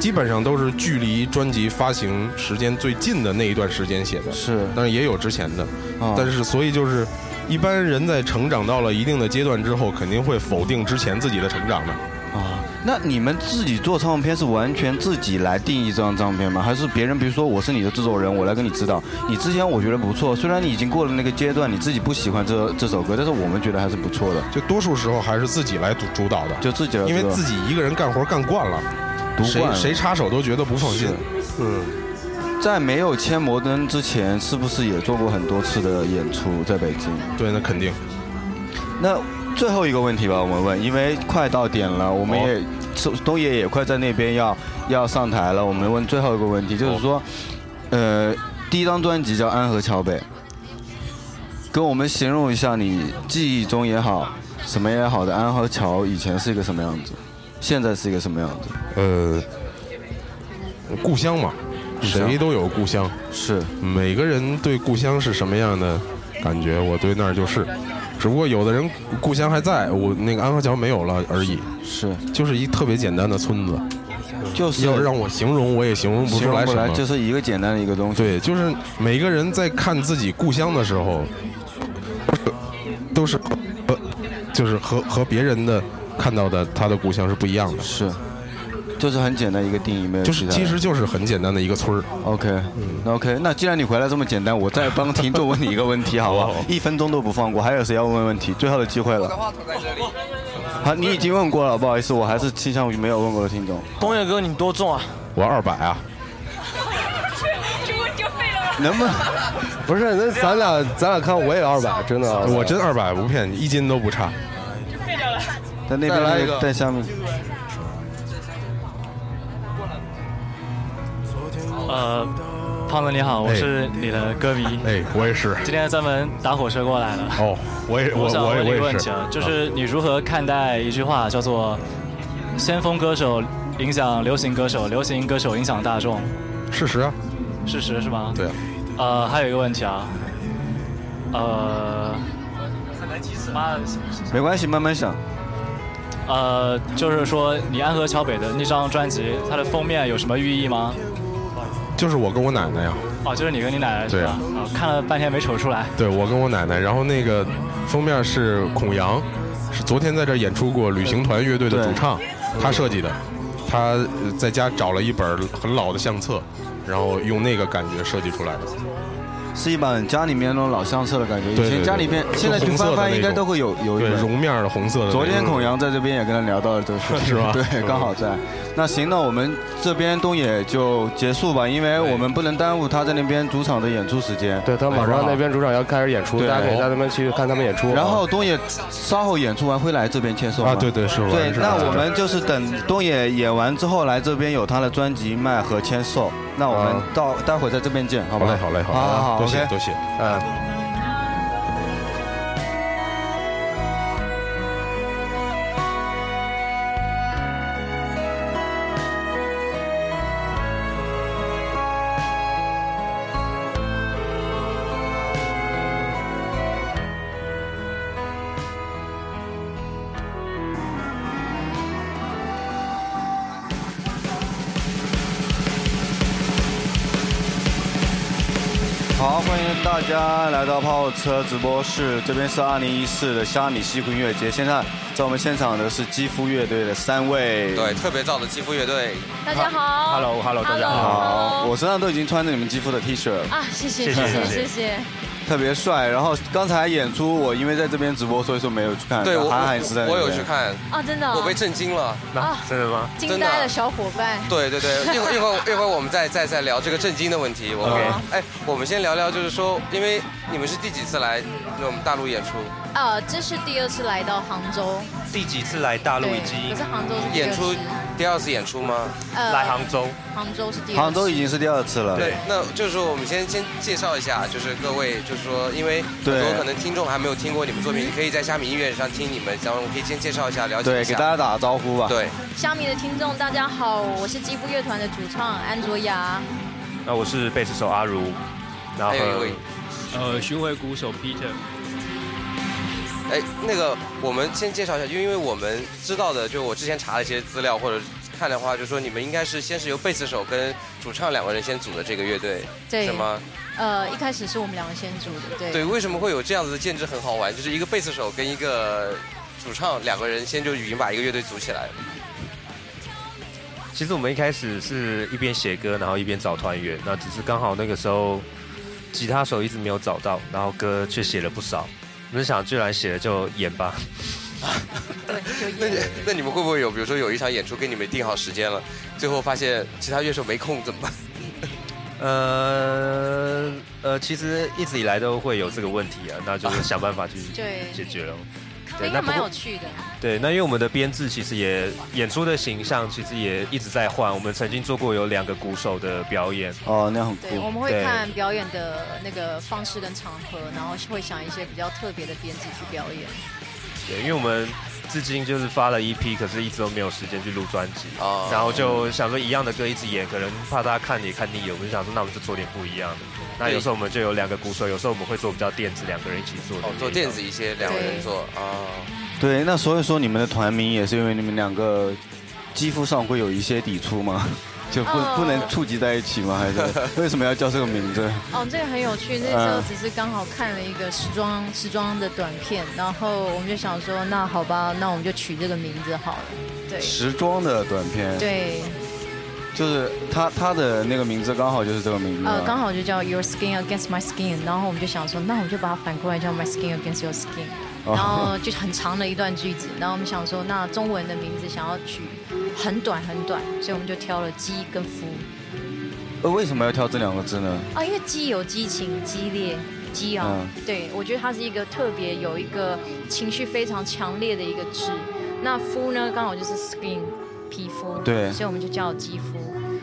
Speaker 8: 基本上都是距离专辑发行时间最近的那一段时间写的，
Speaker 7: 是，
Speaker 8: 但是也有之前的，
Speaker 7: 啊
Speaker 8: 但是所以就是。一般人在成长到了一定的阶段之后，肯定会否定之前自己的成长的。
Speaker 7: 啊，那你们自己做唱片是完全自己来定义这张唱片吗？还是别人，比如说我是你的制作人，我来跟你指导？你之前我觉得不错，虽然你已经过了那个阶段，你自己不喜欢这这首歌，但是我们觉得还是不错的。
Speaker 8: 就多数时候还是自己来主主导的，
Speaker 7: 就自己来主
Speaker 8: 因
Speaker 7: 导，
Speaker 8: 为自己一个人干活干惯了，
Speaker 7: 独
Speaker 8: 谁
Speaker 7: 惯了
Speaker 8: 谁插手都觉得不放心
Speaker 7: 是。
Speaker 8: 嗯，
Speaker 7: 在没有签摩登之前，是不是也做过很多次的演出在北京？
Speaker 8: 对，那肯定。
Speaker 7: 那最后一个问题吧，我们问，因为快到点了，我们
Speaker 8: 哦
Speaker 7: 也、东东野也快在那边要要上台了，我们问最后一个问题，就是
Speaker 8: 哦
Speaker 7: 说，呃，第一张专辑叫《安河桥北》，跟我们形容一下你记忆中也好，什么也好的安河桥以前是一个什么样子，现在是一个什么样子？
Speaker 8: 呃，故乡嘛，谁都有故乡，
Speaker 7: 啊是
Speaker 8: 每个人对故乡是什么样的感觉，我对那儿就是。只不过有的人故乡还在，我那个安河桥没有了而已。
Speaker 7: 是，
Speaker 8: 就是一特别简单的村子。
Speaker 7: 就是
Speaker 8: 要让我形容，我也形容不出来什么
Speaker 7: 形容不来。就是一个简单的一个东西。
Speaker 8: 对，就是每个人在看自己故乡的时候，都是呃，就是和和别人的看到的他的故乡是不一样的。
Speaker 7: 是，就是很简单一个定义，没有
Speaker 8: 就是
Speaker 7: 呃其他的
Speaker 8: 其实就是很简单的一个村儿。
Speaker 7: OK，那 OK，那既然你回来这么简单，我再帮听众问你一个问题，好 不好？
Speaker 8: 哦
Speaker 7: 一分钟都不放过，还有谁要问问题？最后的机会了。好，你已经问过了，不好意思，我还是倾向于没有问过的听众。
Speaker 16: 东野哥，你多重啊？
Speaker 8: 我二百啊，
Speaker 7: 能不能？
Speaker 6: 不是，那咱俩咱俩看我也二百，真的，
Speaker 8: 我真二百不骗你，一斤都不差。
Speaker 7: 在那
Speaker 6: 再
Speaker 7: 边
Speaker 6: 来
Speaker 7: 那
Speaker 6: 一个
Speaker 7: 个在下面，
Speaker 16: 呃，胖子你好，我是你的歌迷。
Speaker 8: 哎，我也是。
Speaker 16: 今天专门打火车过来了。
Speaker 8: 哦，我也我
Speaker 16: 我想
Speaker 8: 我也
Speaker 16: 问你
Speaker 8: 我
Speaker 16: 一
Speaker 8: 也
Speaker 16: 个问
Speaker 8: 是
Speaker 16: 题啊，就是你如何看待一句话叫做“先锋歌手影响流行歌手，流行歌手影响大众
Speaker 8: 事实啊，”？
Speaker 16: 事实是吗？
Speaker 8: 对啊。
Speaker 16: 呃，还有一个问题啊，呃，妈的，
Speaker 7: 没关系，慢慢想。
Speaker 16: 呃，就是说你安河桥北的那张专辑，它的封面有什么寓意吗？
Speaker 8: 就是我跟我奶奶呀、
Speaker 16: 哦，就是你跟你奶奶是
Speaker 8: 对
Speaker 16: 吧
Speaker 8: 啊？
Speaker 16: 啊，看了半天没瞅出来。
Speaker 8: 对我跟我奶奶，然后那个封面是孔阳，是昨天在这儿演出过旅行团乐队的主唱，他设计的，他呃在家找了一本很老的相册，然后用那个感觉设计出来的。
Speaker 7: 是一本家里面那种老相册的感觉，以
Speaker 8: 对
Speaker 7: 前家里面现在去翻翻应该都会有有一
Speaker 8: 对
Speaker 7: 本
Speaker 8: 绒面的红色的那种。
Speaker 7: 昨天孔阳在这边也跟他聊到了这个事情，
Speaker 8: 是吧
Speaker 7: 对，刚好在。那行，那我们这边东野就结束吧，因为我们不能耽误他在那边主场的演出时间。哎对
Speaker 6: 他马上那边主场要开始演出，
Speaker 7: 对
Speaker 6: 大家可以在那边去看他们演出啊。
Speaker 7: 然后东野稍后演出完会来这边签售吗
Speaker 6: 啊对对是我
Speaker 7: 对，
Speaker 6: 是
Speaker 7: 那
Speaker 6: 我
Speaker 7: 我们就是等东野演完之后来这边有他的专辑卖和签售。那我们
Speaker 6: 啊
Speaker 7: 到待会儿在这边见，好不
Speaker 6: 好嘞好嘞好
Speaker 7: 好
Speaker 6: 嘞
Speaker 7: 好好，
Speaker 6: 多谢
Speaker 7: OK
Speaker 6: 多谢
Speaker 7: 嗯。好，欢迎大家来到泡车直播室，这边是二零一四的虾米西湖音乐节。现在在我们现场的是肌肤乐队的三位。
Speaker 5: 对，特别燥的肌肤乐队。
Speaker 17: 大家好
Speaker 7: Hello，Hello，
Speaker 17: 大家好 Hello，hello
Speaker 7: 我身上都已经穿着你们肌肤的 T 恤了
Speaker 17: 啊，谢谢谢谢谢谢，
Speaker 7: 特别帅。然后刚才演出，我因为在这边直播，所以说没有去看。
Speaker 6: 啊
Speaker 5: 对我
Speaker 7: 韩寒也是在那
Speaker 5: 我
Speaker 7: 边
Speaker 5: 有去看，
Speaker 17: 啊，真的啊，
Speaker 5: 我被震惊了。
Speaker 17: 啊
Speaker 5: 真的吗
Speaker 17: 惊呆了小伙伴，
Speaker 5: 对对对，一会儿 一会儿一会儿我们再再再聊这个震惊的问题。我们
Speaker 17: OK
Speaker 5: 哎，我们先聊聊，就是说，因为你们是第几次来我们大陆演出？
Speaker 17: 啊，这是第二次来到杭州，
Speaker 5: 第几次来大
Speaker 17: 陆已经对可是杭州是第二次
Speaker 5: 演出第二次演出吗？
Speaker 17: 呃来杭
Speaker 5: 州。
Speaker 17: 杭州是第二次，
Speaker 7: 杭州已经是第二次了。
Speaker 5: 对，那就是说我们先先介绍一下，就是各位，就是说，因为很
Speaker 7: 对
Speaker 5: 多可能听众还没有听过你们作
Speaker 17: 嗯
Speaker 5: 品，你可以在虾米音乐上听你们，然后我可以先介绍一下，了解
Speaker 7: 对，
Speaker 5: 一下。
Speaker 7: 给大家打个招呼吧。
Speaker 5: 对，
Speaker 17: 虾米的听众大家好，我是肌肤乐团的主唱安卓雅，
Speaker 18: 那我是贝斯手阿如，然后
Speaker 5: 还有一位
Speaker 18: 呃巡回鼓手 Peter。
Speaker 5: 哎，那个我们先介绍一下，就因为我们知道的，就我之前查了一些资料或者看的话，就说你们应该是先是由贝斯手跟主唱两个人先组的这个乐队，
Speaker 17: 对
Speaker 5: 是吗？
Speaker 17: 呃，一开始是我们两个先组的，对，
Speaker 5: 对，为什么会有这样子的建制？很好玩，就是一个贝斯手跟一个主唱两个人先就已经把一个乐队组起来了。
Speaker 18: 其实我们一开始是一边写歌，然后一边找团员，那只是刚好那个时候吉他手一直没有找到，然后歌却写了不少。我们想，既然写了就演吧。
Speaker 5: 那你那你们会不会有，比如说有一场演出给你们定好时间了，最后发现其他乐手没空怎么办？
Speaker 18: 呃呃，其实一直以来都会有这个问题啊，那就是想办法去
Speaker 17: 对
Speaker 18: 解决了。
Speaker 17: 应
Speaker 18: 那
Speaker 17: 该
Speaker 18: 不
Speaker 17: 蛮
Speaker 18: 过
Speaker 17: 有趣的。
Speaker 18: 对，那因为我们的编制其实也演出的形象其实也一直在换，我们曾经做过有两个鼓手的表演。
Speaker 7: 哦，那很
Speaker 17: 对，我们会看表演的那个方式跟场合，然后会想一些比较特别的编制去表演。
Speaker 18: 对，因为我们至今就是发了 EP，可是一直都没有时间去录专辑，
Speaker 5: 哦
Speaker 18: 然后就想说一样的歌一直演，可能怕大家看也看腻了，我们就想说那我们就做点不一样的。那有时候我们就有两个鼓手，有时候我们会做比较电子，两个人一起做的那种。
Speaker 5: 哦，做电子一些，两个人做啊。
Speaker 7: 对，那所以说你们的团名也是因为你们两个肌肤上会有一些抵触吗？ 就不、
Speaker 5: 呃
Speaker 17: 哦
Speaker 7: 不能触及在一起吗？还是为什么要叫这个名字？
Speaker 17: 哦，这个很有趣。那时候
Speaker 7: 嗯
Speaker 17: 只是刚好看了一个时装时装的短片，然后我们就想说，那好吧，那我们就取这个名字好了。对，
Speaker 7: 时装的短片，，
Speaker 17: 对，
Speaker 7: 就是他他的那个名字刚好就是这个名字，啊
Speaker 17: 呃，刚好就叫 Your Skin Against My Skin，然后我们就想说，那我们就把它反过来叫 My Skin Against Your Skin，
Speaker 7: 哦
Speaker 17: 然 后就很长的一段句子。然后我们想说，那中文的名字想要取很短很短，所以我们就挑了鸡跟夫
Speaker 7: 呃，为什么要挑这两个字呢？
Speaker 17: 啊，因为鸡有激情、激烈、激昂，
Speaker 7: 嗯
Speaker 17: 对我觉得它是一个特别有一个情绪非常强烈的一个痣。那肤呢，刚好就是 skin 皮肤，
Speaker 7: 对
Speaker 17: 所以我们就叫肌肤。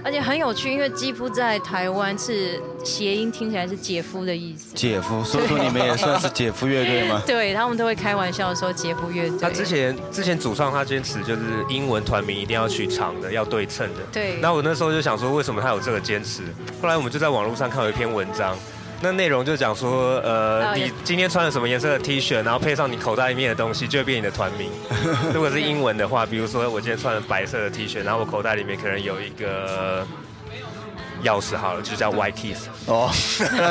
Speaker 17: 而且很有趣，因为肌肤在台湾是谐音，听起来是姐夫的意思。？
Speaker 7: 姐夫，所以说你们也算是姐夫乐队吗
Speaker 17: 对他们都会开玩笑说姐夫乐队。
Speaker 18: 他之前之前主唱他坚持就是英文团名一定要取长的，要对称的。
Speaker 17: 对
Speaker 18: 那我那时候就想说，为什么他有这个坚持？后来我们就在网络上看有一篇文章。那内容就讲说，呃，
Speaker 17: 哦也
Speaker 18: 你今天穿了什么颜色的 T 恤，然后配上你口袋里面的东西，就会变你的团 名。如果是英文的话，比如说我今天穿了白色的 T 恤，然后我口袋里面可能有一个钥匙，好了，就 叫 Y Keys。
Speaker 7: 哦，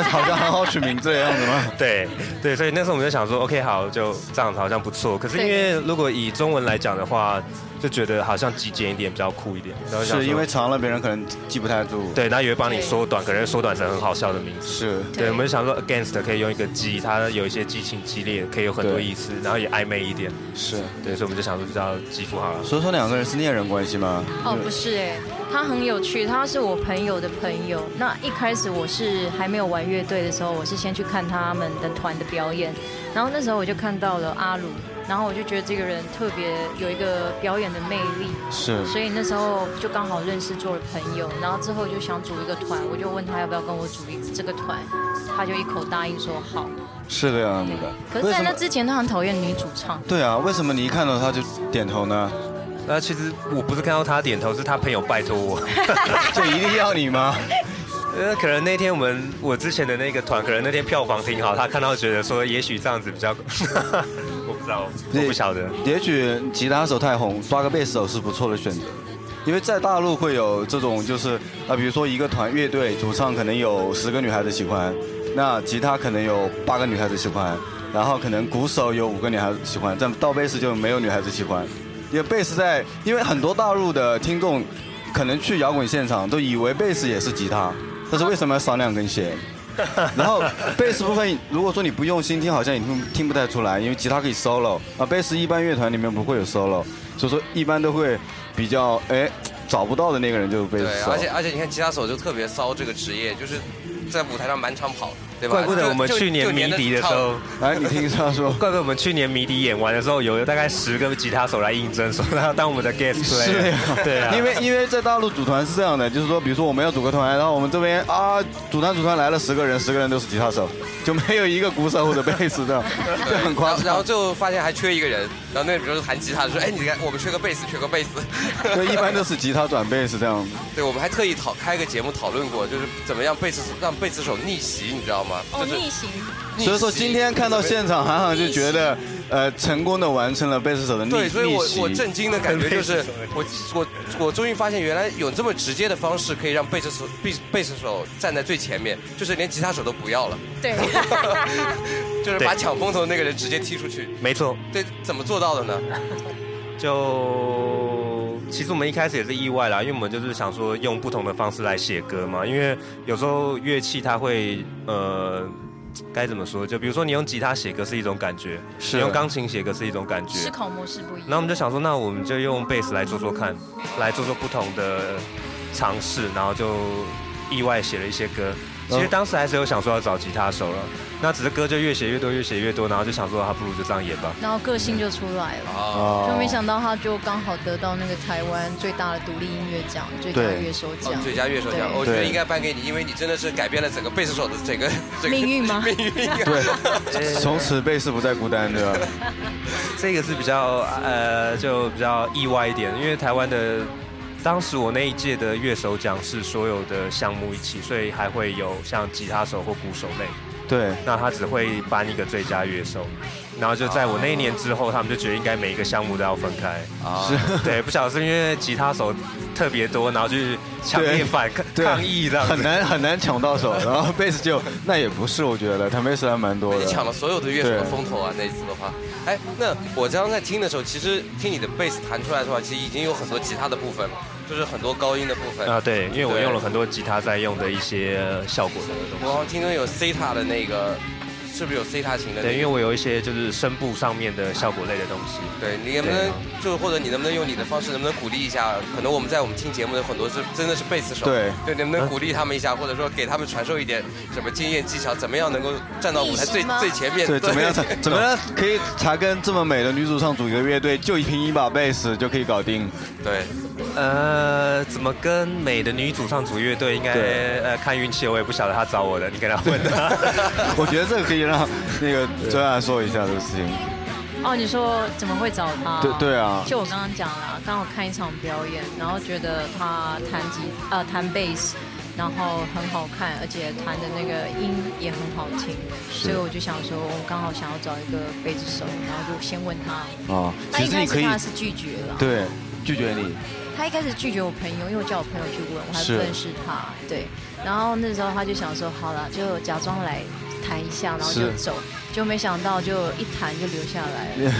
Speaker 7: 好像很好取名字的样子吗？
Speaker 18: 对对，所以那时候我们就想说，OK，好，就这样子好像不错。可是因为如果以中文来讲的话，就觉得好像极简一点比较酷一点。然后想说
Speaker 7: 哦是因为长了，别人可能记不太住。
Speaker 18: 对，那也会帮你缩短，可能缩短成很好笑的名字。
Speaker 7: 是
Speaker 18: 对，我们想说 against 可以用一个激，它有一些激情激烈，可以有很多意思，然后也暧昧一点。
Speaker 7: 是
Speaker 18: 对，所以我们就想说就叫肌肤好了。
Speaker 7: 所以说两个人是恋人关系吗？
Speaker 17: 哦，不是哎，他很有趣，他是我朋友的朋友。那一开始我是还没有玩乐队的时候，我是先去看他们的团的表演，然后那时候我就看到了阿鲁，然后我就觉得这个人特别有一个表演的魅力，
Speaker 7: 是
Speaker 17: 所以那时候就刚好认识做了朋友，然后之后就想组一个团，我就问他要不要跟我组一这个团，他就一口答应说好。
Speaker 7: 是这样子的。
Speaker 17: 可是，
Speaker 7: 为
Speaker 17: 在
Speaker 7: 什
Speaker 17: 那
Speaker 7: 么？
Speaker 17: 之前，他很讨厌女主唱。
Speaker 7: 对啊，为什么你一看到他就点头呢？
Speaker 18: 那其实我不是看到他点头，是他朋友拜托我。
Speaker 7: 这一定要你吗？
Speaker 18: 呃，可 能那天我们我之前的那个团，可能那天票房挺好，他看到觉得说，也许这样子比较，我不知道，我不晓得。
Speaker 7: 也许吉他手太红，抓个贝斯手是不错的选择。因为在大陆会有这种，就是啊，比如说一个团乐队主唱可能有十个女孩子喜欢，那吉他可能有八个女孩子喜欢，然后可能鼓手有五个女孩子喜欢，但到贝斯就没有女孩子喜欢。因为贝斯在，因为很多大陆的听众可能去摇滚现场都以为贝斯也是吉他，但是为什么要少两根弦？ 然后贝斯部分，如果说你不用心听，好像也听听不太出来，因为吉他可以 solo 啊，贝斯一般乐团里面不会有 solo，所以说一般都会比较哎找不到的那个人就是贝斯
Speaker 5: 对，
Speaker 7: 手。
Speaker 5: 而且
Speaker 18: 啊
Speaker 5: 而且你看吉他手就特别骚这个职业，就是在舞台上满场跑，对吧？
Speaker 18: 怪不得
Speaker 5: 就
Speaker 18: 我们
Speaker 5: 就
Speaker 18: 去年
Speaker 5: 就
Speaker 18: 迷
Speaker 5: 连着
Speaker 18: 笛的时
Speaker 5: 唱
Speaker 18: 候，
Speaker 7: 哎，你听他说，
Speaker 18: 怪不得我们去年迷笛演完的时候，有大概十个吉他手来应征，说他当我们的 guest
Speaker 7: 是
Speaker 18: player
Speaker 7: 呀，
Speaker 18: 对啊，
Speaker 7: 因为因为在大陆组团是这样的，就是说，比如说我们要组个团，然后我们这边啊，组团组团来了十个人，十个人都是吉他手，就没有一个鼓手或者贝斯的，就很夸
Speaker 5: 然后然后最后发现还缺一个人，然后那比如说弹吉他的说，哎，你看我们缺个贝斯，缺个贝斯。
Speaker 7: 张， 对，一般都是吉他转贝斯这样子。
Speaker 5: 对，我们还特意讨开个节目讨论过，就是怎么样贝斯让贝斯手逆袭，你知道吗？
Speaker 17: 哦，逆行。
Speaker 7: 所以说今天看到现场，韩寒就觉得，呃，成功的完成了贝斯手的逆
Speaker 5: 对，所以我
Speaker 7: 逆袭
Speaker 5: 我震惊的感觉 就是，我我我终于发现原来有这么直接的方式可以让贝斯手贝贝斯手站在最前面，就是连吉他手都不要了，
Speaker 17: 对，
Speaker 5: 就是把抢风头那个人直接踢出去。
Speaker 18: 没错，
Speaker 5: 对，怎么做到的呢？
Speaker 18: 就其实我们一开始也是意外啦，因为我们就是想说用不同的方式来写歌嘛，因为有时候乐器它会呃。该怎么说？就比如说，你用吉他写歌是一种感觉，
Speaker 7: 啊
Speaker 15: 是
Speaker 18: 你用钢琴写歌是一种感觉，
Speaker 17: 思考模式不一
Speaker 18: 然后我们就想说，那我们就用贝斯来做做看，来做做不同的尝试，然后就意外写了一些歌。其实当时还是有想说要找吉他手了，那只是歌就越写越多，越写越多，然后就想说，还不如就这样演吧。
Speaker 17: 然后个性就出来了，
Speaker 18: 哦
Speaker 17: 就没想到他就刚好得到那个台湾最大的独立音乐奖、最佳乐手奖、
Speaker 5: 哦最佳乐手奖，
Speaker 17: 对
Speaker 5: 我觉得应该颁给你，因为你真的是改变了整个贝斯手的整个整个
Speaker 17: 命运啊吗？
Speaker 5: 命运。啊
Speaker 7: 对，从此贝斯不再孤单，对吧？
Speaker 18: 这个是比较呃，就比较意外一点，因为台湾的当时我那一届的乐手奖是所有的项目一起，所以还会有像吉他手或鼓手类。
Speaker 7: 对，
Speaker 18: 那他只会颁一个最佳乐手，然后就在我那一年之后，他们就觉得应该每一个项目都要分开。啊，对，不晓得是因为吉他手特别多，然后就是强烈反抗
Speaker 7: 对
Speaker 18: 抗议这样子。
Speaker 7: 很难很难抢到手。然后贝斯就那也不是，我觉得他贝斯还蛮多的。
Speaker 5: 你抢了所有的乐手的
Speaker 7: 对
Speaker 5: 风头啊！那一次的话，哎，那我刚刚在听的时候，其实听你的贝斯弹出来的话，其实已经有很多吉他的部分了，就是很多高音的部分
Speaker 18: 啊，对，因为我用了很多吉他在用的一些效果的东西。
Speaker 5: 我好像听说有 C 塔的那个，是不是有 C 塔型的、那个？
Speaker 18: 对，因为我有一些就是声部上面的效果类的东西。
Speaker 5: 对你能不能就或者你能不能用你的方式，能不能鼓励一下？可能我们在我们听节目的很多是真的是贝斯手，
Speaker 7: 对啊
Speaker 5: 对，能不能鼓励他们一下，或者说给他们传授一点什么经验技巧，怎么样能够站到舞台最
Speaker 17: 意识吗
Speaker 5: 最前面？
Speaker 7: 对，怎么样？怎么样可以查根这么美的女主唱组一个乐队，就凭一把贝斯就可以搞定？
Speaker 5: 对，
Speaker 18: 呃，怎么跟美的女主唱组乐队？应该
Speaker 7: 对
Speaker 18: 呃看运气，我也不晓得她找我的，你跟她混的。
Speaker 7: 我觉得这个可以让那个周亚说一下这个事情。
Speaker 17: 哦，你说怎么会找他？
Speaker 7: 对对啊
Speaker 17: 就我刚刚讲了，刚好看一场表演，然后觉得他弹吉呃弹贝斯，然后很好看，而且弹的那个音也很好听，
Speaker 7: 是
Speaker 17: 所以我就想说，我刚好想要找一个贝斯手，然后就先问他。
Speaker 7: 哦，
Speaker 17: 那
Speaker 7: 其
Speaker 17: 一
Speaker 7: 实
Speaker 17: 开
Speaker 7: 你
Speaker 17: 始
Speaker 7: 可以
Speaker 17: 他是拒绝了，
Speaker 7: 对拒绝你，
Speaker 17: 他一开始拒绝我朋友，因为我叫我朋友去问，我还不
Speaker 7: 是
Speaker 17: 认识他，对。然后那时候他就想说，好了，就假装来弹一下，然后就是走，就没想到就一弹就留下来了。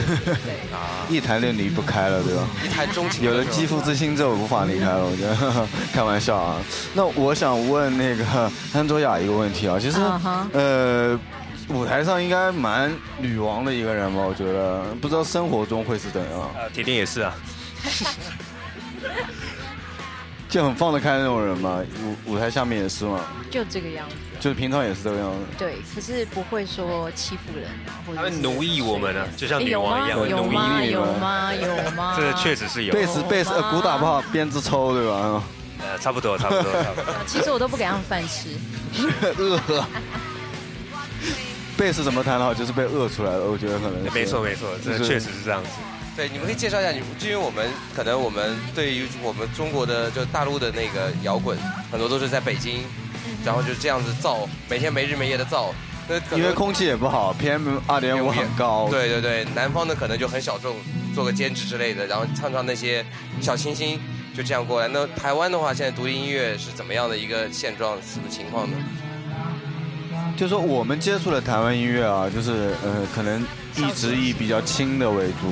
Speaker 5: 啊
Speaker 7: 一谈就离不开了，对吧？
Speaker 5: 一谈钟情
Speaker 7: 有了肌肤之亲之后无法离开了，我觉得 开玩笑啊。那我想问那个安卓雅一个问题啊，其实、
Speaker 17: 啊哈
Speaker 7: 呃，舞台上应该蛮女王的一个人吧？我觉得不知道生活中会是怎样，
Speaker 18: 呃，铁定也是啊。
Speaker 7: 就很放得开的那种人嘛。舞舞台下面也是嘛，
Speaker 17: 就这个样子。
Speaker 7: 就是平常也是这个样子。
Speaker 17: 对，可是不会说欺负人啊，或者
Speaker 18: 他
Speaker 17: 是
Speaker 18: 们奴役我们呢，就像女
Speaker 17: 有
Speaker 18: 王
Speaker 17: 吗？
Speaker 18: 一样
Speaker 17: 有
Speaker 18: 奴役
Speaker 17: 吗？
Speaker 18: 你
Speaker 17: 有
Speaker 18: 们。
Speaker 17: 吗？有吗？
Speaker 18: 这确实是有。
Speaker 7: 贝斯贝斯呃鼓打不好，鞭子抽对吧？
Speaker 18: 呃，差不多，差不多，差不多。
Speaker 17: 其实我都不给他们饭吃。
Speaker 7: 饿。贝斯怎么弹的好，就是被饿出来的，我觉得可能是。
Speaker 18: 没错，没错，这
Speaker 7: 就是
Speaker 18: 确实是这样子。
Speaker 5: 对，你们可以介绍一下，你们因为我们可能我们对于我们中国的就大陆的那个摇滚，很多都是在北京，然后就这样子造，每天没日没夜的造。那可能
Speaker 7: 因为空气也不好，PM 二点五很高。
Speaker 5: 对对对，南方的可能就很小众，做个兼职之类的，然后唱唱那些小清新，就这样过来。那台湾的话，现在独立音乐是怎么样的一个现状，什么情况呢？
Speaker 7: 就说我们接触的台湾音乐啊，就是呃，可能一直以比较轻的为主，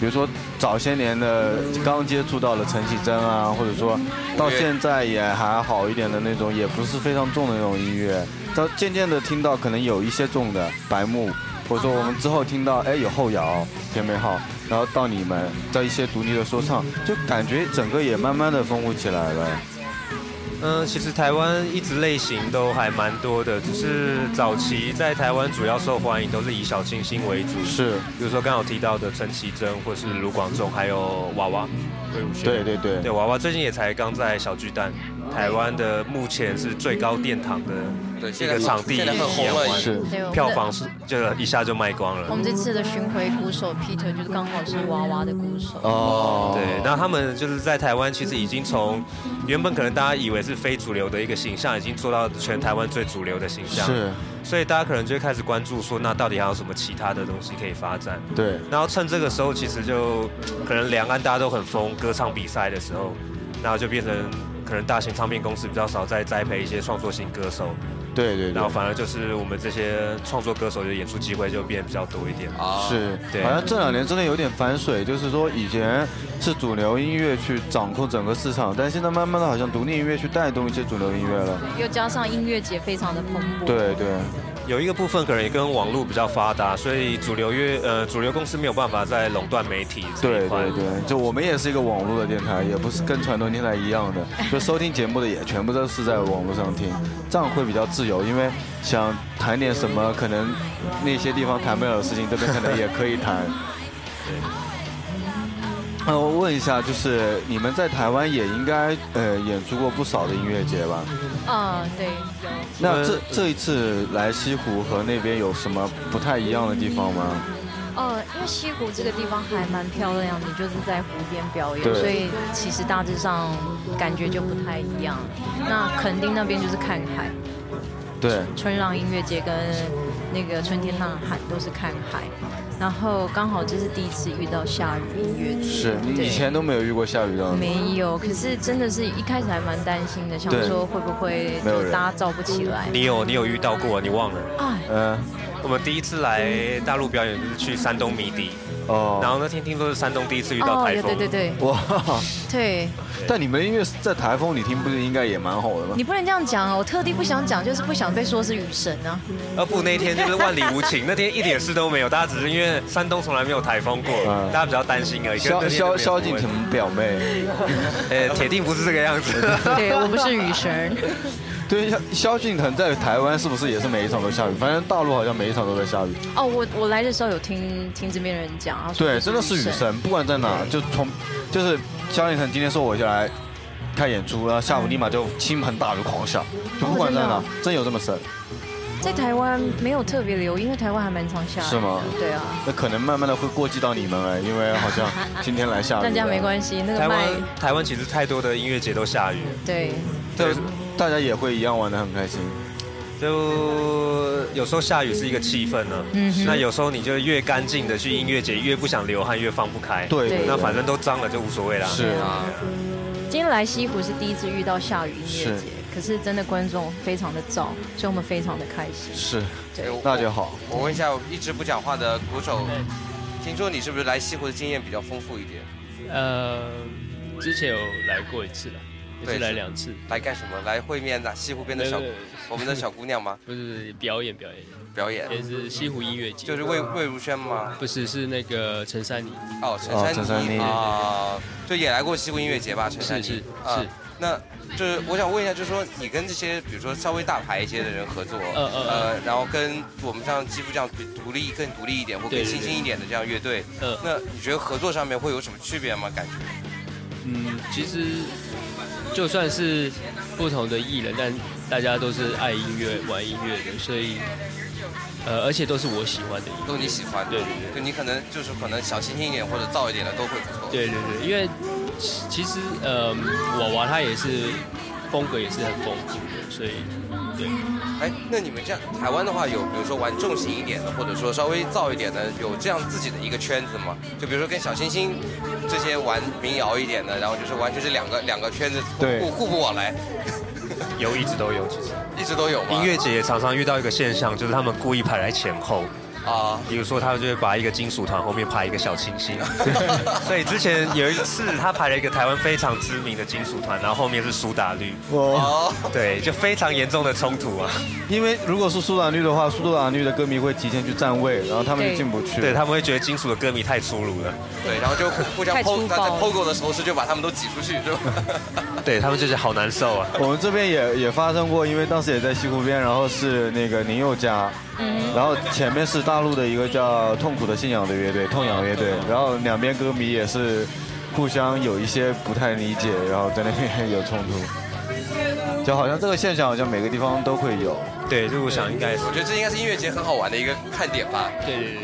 Speaker 7: 比如说早些年的刚接触到的陈绮贞啊，或者说到现在也还好一点的那种，也不是非常重的那种音乐。到渐渐的听到可能有一些重的白木，或者说我们之后听到哎有后摇、甜美好，然后到你们在一些独立的说唱，就感觉整个也慢慢的丰富起来了。
Speaker 18: 嗯，其实台湾一直类型都还蛮多的，只是早期在台湾主要受欢迎都是以小清新为主，
Speaker 7: 是，
Speaker 18: 比如说刚好提到的陈绮贞或是卢广仲，还有娃娃，魏如萱
Speaker 7: 对对对
Speaker 18: 对娃娃最近也才刚在小巨蛋，台湾的目前是最高殿堂的
Speaker 5: 对
Speaker 18: 一
Speaker 5: 现在
Speaker 18: 个场地
Speaker 5: 现在很红
Speaker 18: 演
Speaker 5: 了
Speaker 18: 完
Speaker 5: 是
Speaker 17: 对我们的
Speaker 18: 票房是就一下就卖光了
Speaker 17: 我。们这次的巡回鼓手 Peter 就是刚好是娃娃的鼓手。
Speaker 7: 哦，
Speaker 18: 对，那他们就是在台湾，其实已经从原本可能大家以为是非主流的一个形象，已经做到全台湾最主流的形象。
Speaker 7: 是，
Speaker 18: 所以大家可能就会开始关注说，那到底还有什么其他的东西可以发展？
Speaker 7: 对，
Speaker 18: 然后趁这个时候，其实就可能两岸大家都很疯歌唱比赛的时候，然后就变成可能大型唱片公司比较少在栽培一些创作型歌手，
Speaker 7: 对对对
Speaker 18: 然后反而就是我们这些创作歌手的演出机会就变比较多一点啊
Speaker 7: 是，
Speaker 18: 对，
Speaker 7: 好像这两年真的有点反水，就是说以前是主流音乐去掌控整个市场，但现在慢慢的好像独立音乐去带动一些主流音乐了。
Speaker 17: 又加上音乐节非常的蓬勃，
Speaker 7: 对对，
Speaker 18: 有一个部分可能也跟网络比较发达，所以主流乐呃主流公司没有办法再垄断媒体这一
Speaker 7: 对
Speaker 18: 块。
Speaker 7: 对对，就我们也是一个网络的电台，也不是跟传统电台一样的，就收听节目的也全部都是在网络上听，这样会比较自由，因为想谈点什么，可能那些地方谈不了的事情，这边可能也可以谈。 那我问一下，就是你们在台湾也应该呃演出过不少的音乐节吧？
Speaker 17: 嗯，对，有
Speaker 7: 那这这一次来西湖和那边有什么不太一样的地方吗？
Speaker 17: 呃，因为西湖这个地方还蛮漂亮的，就是在湖边表演，
Speaker 7: 对
Speaker 17: 所以其实大致上感觉就不太一样。那垦丁那边就是看海，
Speaker 7: 对，
Speaker 17: 春浪音乐节跟那个春天呐喊都是看海，然后刚好这是第一次遇到下雨音乐节，
Speaker 7: 是你以前都没有遇过下雨的。
Speaker 17: 没有，可是真的是一开始还蛮担心的，想
Speaker 18: 对
Speaker 17: 说会不会
Speaker 18: 没有
Speaker 17: 就
Speaker 18: 人
Speaker 17: 大家照不起来。
Speaker 18: 你有你有遇到过？你忘了？
Speaker 17: 哎
Speaker 7: 嗯，
Speaker 18: 我们第一次来大陆表演就是去山东迷笛，
Speaker 7: 哦，
Speaker 18: 然后那天听说是山东第一次遇到台风，
Speaker 17: 哦，对对对对，
Speaker 7: 哇！
Speaker 17: 对，
Speaker 7: 但你们音乐在台风里听，不是应该也蛮好的吗
Speaker 17: 你？不能这样讲啊！我特地不想讲，就是不想被说是雨神啊。
Speaker 18: 呃不，那一天就是万里无 晴，那天一点事都没有，大家只是因为山东从来没有台风过，
Speaker 7: 嗯
Speaker 18: 大家比较担心而已。
Speaker 7: 萧萧萧敬腾表 妹，
Speaker 18: 呃，铁定不是这个样子。
Speaker 17: 对我不是雨神，
Speaker 7: 对，萧萧敬腾在台湾是不是也是每一场都下雨？反正大陆好像每一场都在下雨。
Speaker 17: 哦，我我来的时候有听听这边人讲啊，
Speaker 7: 对，真的是雨神，不管在哪，就从就是萧敬腾今天说我就来看演出，然后下午立马就倾盆大雨狂下，就不管在哪
Speaker 17: 哦，
Speaker 7: 真有这么神，
Speaker 17: 在台湾没有特别留意，因为台湾还蛮常下雨的
Speaker 7: 是吗？
Speaker 17: 对啊，
Speaker 7: 那可能慢慢的会过继到你们哎了，因为好 像今天来下雨了。啊
Speaker 17: 大家没关系，那
Speaker 18: 台湾
Speaker 17: 个麦
Speaker 18: 台湾其实太多的音乐节都下雨，
Speaker 17: 对，
Speaker 7: 对，大家也会一样玩的很开心。
Speaker 18: 就有时候下雨是一个气氛呢、
Speaker 17: 嗯哼
Speaker 18: 那有时候你就越干净的去音乐节，越不想流汗，越放不开。
Speaker 7: 对对
Speaker 18: 那
Speaker 7: 对
Speaker 18: 反正都脏了就无所谓啦。
Speaker 7: 是啊，
Speaker 17: 今天来西湖是第一次遇到下雨音乐
Speaker 7: 是
Speaker 17: 节，可是真的观众非常的燥，所以我们非常的开心。
Speaker 7: 是
Speaker 17: 对，
Speaker 7: 那就好。
Speaker 5: 我问一下，一直不讲话的鼓手，听说你是不是来西湖的经验比较丰富一点？
Speaker 19: 呃，之前有来过一次了，也是来两次。，
Speaker 5: 来干什么？来会面的西湖边的小
Speaker 19: 没有没有
Speaker 5: 我们的小姑娘吗？
Speaker 19: 不是表演表演
Speaker 5: 表演，
Speaker 19: 也是西湖音乐节，
Speaker 5: 就是魏魏如萱吗？
Speaker 19: 不是，是那个陈珊妮。
Speaker 5: 哦，陈
Speaker 19: 哦
Speaker 5: 珊妮
Speaker 19: 陈珊妮
Speaker 5: 啊，就也来过西湖音乐节吧？陈珊妮
Speaker 19: 是是
Speaker 5: 啊
Speaker 19: 是
Speaker 5: 那就是我想问一下，就是说你跟这些比如说稍微大牌一些的人合作，
Speaker 19: 呃呃
Speaker 5: 呃，然后跟我们像肌肤这样独立更独立一点或
Speaker 19: 对
Speaker 5: 更
Speaker 19: 对
Speaker 5: 新兴一点的这样乐队，
Speaker 19: 呃
Speaker 5: 那你觉得合作上面会有什么区别吗？感觉？
Speaker 19: 嗯，其实就算是不同的艺人，但大家都是爱音乐、玩音乐的，所以呃，而且都是我喜欢的音乐，
Speaker 5: 都你喜欢的，
Speaker 19: 对对对
Speaker 5: 就你可能就是可能小清新一点或者燥一点的都会不错。
Speaker 19: 对对对，因为其其实呃，娃娃他也是风格也是很丰富的，所以对。
Speaker 5: 哎，那你们这样台湾的话，有比如说玩重型一点的，或者说稍微燥一点的，有这样自己的一个圈子吗？就比如说跟小清新这些玩民谣一点的，然后就是完全是两个两个圈子，
Speaker 18: 对
Speaker 5: 互互不往来，
Speaker 18: 有一直都有，其实
Speaker 5: 一直都有吗？
Speaker 18: 音乐节也常常遇到一个现象，就是他们故意排在前后。
Speaker 5: 啊，
Speaker 18: 比如说他们就会把一个金属团后面排一个小清 新，所以之前有一次他排了一个台湾非常知名的金属团，然后后面是苏打绿，
Speaker 7: 哦，
Speaker 18: 对，就非常严重的冲突啊。
Speaker 7: 因为如果是苏打绿的话，苏打绿的歌迷会提前去占位，然后他们就进不去。
Speaker 18: 对他们会觉得金属的歌迷太粗鲁了，
Speaker 5: 对，然后就互互相
Speaker 18: 太粗
Speaker 5: PO，在
Speaker 18: 暴
Speaker 5: 在
Speaker 18: 了
Speaker 5: POGO 的手势就把他们都挤出去，是吧？
Speaker 7: 啊
Speaker 18: 对他们就是好难受啊。
Speaker 7: 我们这边也也发生过，因为当时也在西湖边，然后是那个宁佑家，
Speaker 5: 嗯
Speaker 7: 然后前面是大陆的一个叫痛苦的信仰的
Speaker 5: 嗯
Speaker 7: 乐队，痛仰乐队，然后两边歌迷也是互相有一些不太理解，然后在那边有冲突，
Speaker 5: 嗯
Speaker 7: 就好像这个现象好像每个地方都会有。
Speaker 18: 对，就我想应该是
Speaker 5: 哎我觉得这应该是音乐节很好玩的一个看点吧。
Speaker 19: 对对对。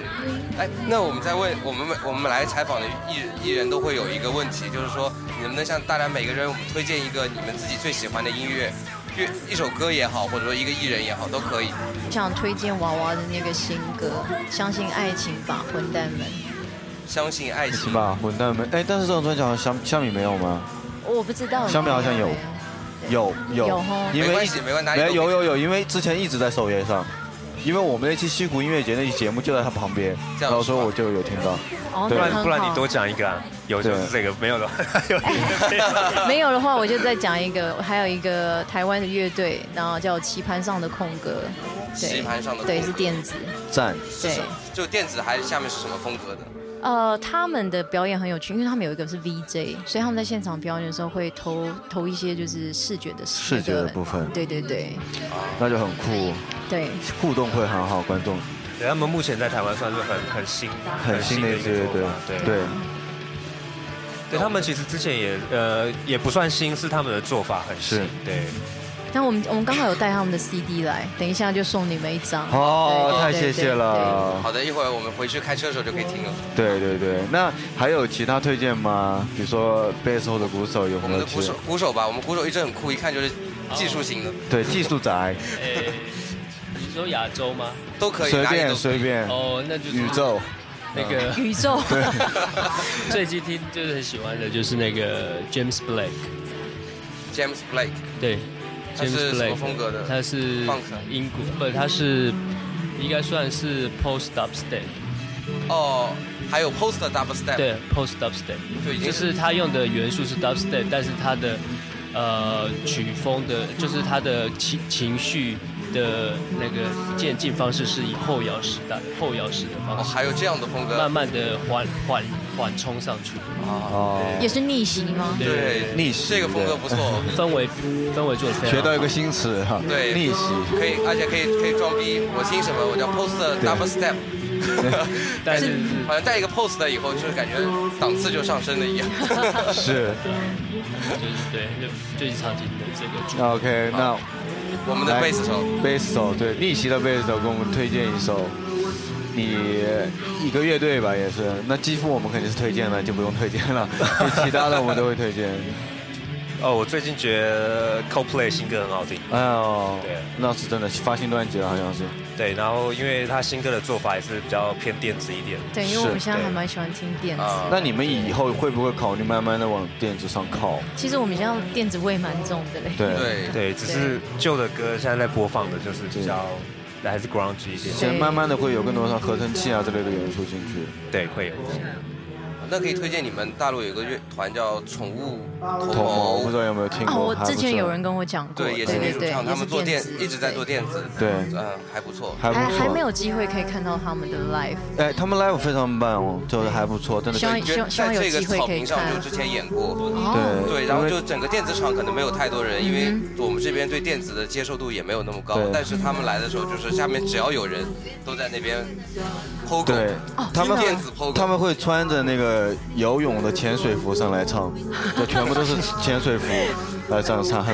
Speaker 5: 哎，那我们再问我们我们来采访的艺人艺人都会有一个问题，就是说你能不能向大家每个人我们推荐一个你们自己最喜欢的音乐，乐一首歌也好，或者说一个艺人也好，都可以。
Speaker 17: 想推荐娃娃的那个新歌《相信爱情吧，混蛋们》，
Speaker 5: 相信爱
Speaker 7: 行
Speaker 5: 情。
Speaker 7: 吧，混蛋们。哎，但是这张专辑好像香香米没有吗？
Speaker 17: 我不知道有没有。
Speaker 7: 香米好像有。有
Speaker 17: 嗯有
Speaker 7: 有
Speaker 17: 哦，
Speaker 7: 因
Speaker 5: 没
Speaker 7: 为
Speaker 5: 关
Speaker 7: 一
Speaker 5: 系
Speaker 7: 直
Speaker 5: 没关系哪里
Speaker 7: 没
Speaker 5: 都
Speaker 7: 有有有，因为之前一直在首页上，因为我们那期西湖音乐节那期节目就在他旁边，然后所以我就有听到。
Speaker 17: 哦
Speaker 18: 不
Speaker 7: 对
Speaker 17: 那
Speaker 18: 然
Speaker 17: 很
Speaker 18: 不然
Speaker 17: 好
Speaker 18: 你多讲一个啊，有就是这个，没有的话
Speaker 17: 没有的话，我就再讲一个，还有一个台湾的乐队，然后叫棋盘上的空格，对
Speaker 5: 棋盘上的空格
Speaker 17: 对是电子，
Speaker 7: 赞，
Speaker 17: 对，
Speaker 5: 就电子还下面是什么风格的？
Speaker 17: 呃，他们的表演很有趣，因为他们有一个是 VJ，所以他们在现场表演的时候会投投一些就是视觉的
Speaker 7: 视觉的部分
Speaker 17: 对对对
Speaker 7: 那就很酷，
Speaker 17: 对，
Speaker 7: 互动会很好，观众
Speaker 18: 对，他们目前在台湾算是很很新、
Speaker 7: 很新的
Speaker 18: 的
Speaker 7: 一
Speaker 18: 一
Speaker 7: 支
Speaker 18: 个
Speaker 7: 乐
Speaker 18: 做
Speaker 7: 队
Speaker 18: 法，对
Speaker 7: 对，
Speaker 18: 对他们其实之前也呃也不算新，是他们的做法很新，对。
Speaker 17: 但我们我们刚好有带他们的 CD 来，等一下就送你们一张。
Speaker 7: 哦，太
Speaker 17: 对
Speaker 7: 谢谢。
Speaker 19: 呃
Speaker 7: 了。
Speaker 5: 好的，一会儿我们回去开车的时候就可以听了。
Speaker 7: 对对对，那还有其他推荐吗？比如说贝斯或者鼓手有没有？
Speaker 5: 鼓手鼓手吧，我们鼓手一直很酷，一看就是技术型的，
Speaker 7: 对，技术宅，
Speaker 19: 诶，哦哎你说亚洲吗？
Speaker 5: 都可以，
Speaker 7: 随
Speaker 5: 哪里
Speaker 7: 便
Speaker 5: 都
Speaker 7: 随便。
Speaker 19: 哦，那就是
Speaker 7: 宇宙，嗯
Speaker 19: 那个
Speaker 17: 宇宙
Speaker 7: 对，
Speaker 19: 最近听就是很喜欢的就是那个 James Blake，
Speaker 5: James Blake，
Speaker 19: 对
Speaker 5: 他
Speaker 19: ，James
Speaker 5: 是
Speaker 19: Blake
Speaker 5: 什么风格的
Speaker 19: 他是
Speaker 5: Funk
Speaker 19: 英国，不，他是应该算是 Post Dubstep，
Speaker 5: 哦，还有 Post Double Step，
Speaker 19: 对，Post Dubstep，
Speaker 5: 对已经
Speaker 19: 就是是他用的元素是 Dubstep，但是他的呃曲风的，就是他的情情绪的那个渐进方式是以后摇时代后摇式的方式，
Speaker 5: 哦还有这样的风格
Speaker 19: 慢慢的缓缓缓冲上去，
Speaker 7: 哦
Speaker 17: 也是逆袭吗？
Speaker 5: 对
Speaker 7: 逆袭
Speaker 5: 这个风格不错，
Speaker 19: 氛围氛围做的非常好
Speaker 7: 学到一个新词哈，
Speaker 5: 对，
Speaker 7: 逆袭。
Speaker 5: 可以，而且可以可以装逼。我听什么，我叫 Post Double Step，
Speaker 19: 但是
Speaker 5: 好像带一个 Post 的以后，就是感觉档次就上升了一样。
Speaker 7: 是
Speaker 19: 就是对，就最近常听的这个主
Speaker 7: 那 OK，那
Speaker 5: 我们的
Speaker 7: 来
Speaker 5: 贝斯手，
Speaker 7: 贝斯手对逆袭的贝斯手给我们推荐一首，你一个乐队吧也是，那肌肤我们肯定是推荐了，就不用推荐 了，其他的我们都会推荐。
Speaker 18: 哦，我最近觉得 Coldplay 新歌很好听，
Speaker 7: 哎呦
Speaker 18: 对，
Speaker 7: 那是真的，发新专辑了好像是。
Speaker 18: 对，然后因为他新歌的做法也是比较偏电子一点，
Speaker 17: 对，因为我们现在还蛮喜欢听电子。
Speaker 18: 啊
Speaker 7: 那你们以后会不会考虑慢慢的往电子上靠？
Speaker 17: 其实我们现在电子味蛮重的嘞。
Speaker 7: 对
Speaker 18: 对，只是旧的歌现在在播放的就是比较还是 grunge 一点，
Speaker 7: 现在慢慢的会有更多像合成器啊之类的元素进去。
Speaker 18: 对会有。
Speaker 5: 那可以推荐你们大陆有个乐团叫宠物头
Speaker 7: 头毛，
Speaker 5: 毛
Speaker 7: 我不，知道有没有听
Speaker 17: 哦，
Speaker 7: 过？
Speaker 17: 我
Speaker 7: 还不
Speaker 17: 之前
Speaker 7: 错
Speaker 17: 有人跟我讲过，
Speaker 5: 对，也
Speaker 17: 对
Speaker 5: 是女
Speaker 17: 对
Speaker 5: 主
Speaker 17: 对，
Speaker 5: 唱，他们做
Speaker 17: 也
Speaker 5: 电
Speaker 17: 是
Speaker 5: 一直在做电子，
Speaker 7: 对
Speaker 5: 嗯，还不错，
Speaker 7: 还不
Speaker 17: 还
Speaker 7: 错
Speaker 17: 哎还没有机会可以看到他们的 live。
Speaker 7: 哎，他们 live 非常棒哦，就是还不错，真的。
Speaker 17: 希望希望希望有
Speaker 5: 这个
Speaker 17: 机会
Speaker 5: 草
Speaker 17: 可以
Speaker 5: 坪上
Speaker 17: 看
Speaker 5: 就。之前演过，
Speaker 7: 哦对
Speaker 5: 对，嗯然后
Speaker 7: 因为
Speaker 5: 就整个电子厂可能没有太多人，因为我们这边对电子的接受度也没有那么高
Speaker 7: 对，
Speaker 5: 但是他们来的时候，就是下面只要有人都在那边 POGO，
Speaker 7: 对，他们
Speaker 5: 电子 POGO，
Speaker 7: 他们会穿着那个游泳的潜水服上来唱，就全部都是潜水服来上唱，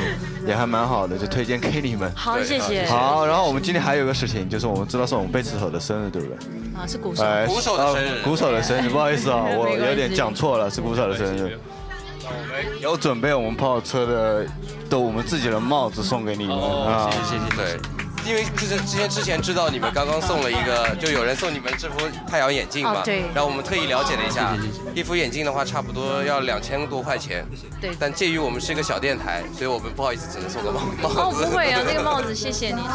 Speaker 7: 也还蛮好的，就推荐给你们。
Speaker 17: 好，谢谢。
Speaker 7: 好，然后我们今天还有一个事情，就是我们知道是我们贝斯手的生日，对不对？
Speaker 17: 啊，是鼓手。
Speaker 7: 哎
Speaker 5: 鼓手的生日
Speaker 7: 哦鼓手的生日，不好意思啊，
Speaker 17: 没
Speaker 7: 我
Speaker 17: 关系
Speaker 7: 有点讲错了，是鼓手的生日。有准备我们泡车的，的我们自己的帽子送给你们啊！
Speaker 19: 谢谢谢谢。
Speaker 5: 对，因为之前之前之前知道你们刚刚送了一 个，就有人送你们这副太阳眼镜嘛，
Speaker 17: 哦对
Speaker 5: 然后我们特意了解了一下，一副眼镜的话差不多要两千多块钱，
Speaker 17: 对
Speaker 5: 但鉴于我们是一个小电台，所以我们不好意思只能送个帽帽
Speaker 17: 哦，
Speaker 5: 子。
Speaker 17: 不会啊，这个帽子，谢谢你，谢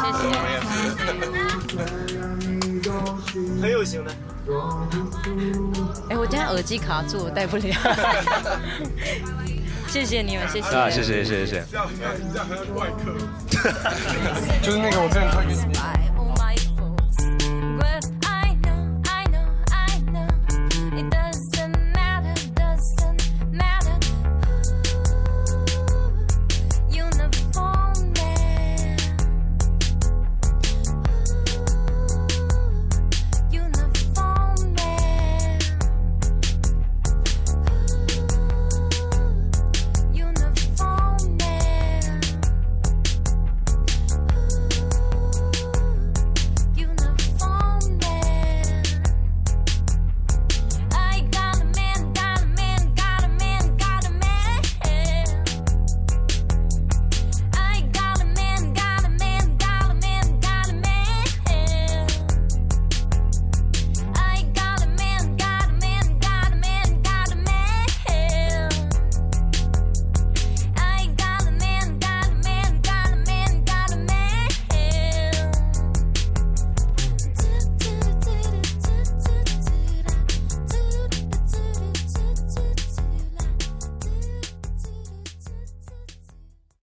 Speaker 17: 谢。
Speaker 18: 很有型的。
Speaker 17: 哎，我今天耳机卡住，我戴不了。 谢谢你们，谢谢。
Speaker 18: 啊，谢谢谢谢谢谢。
Speaker 2: 就是那个我之前推给你。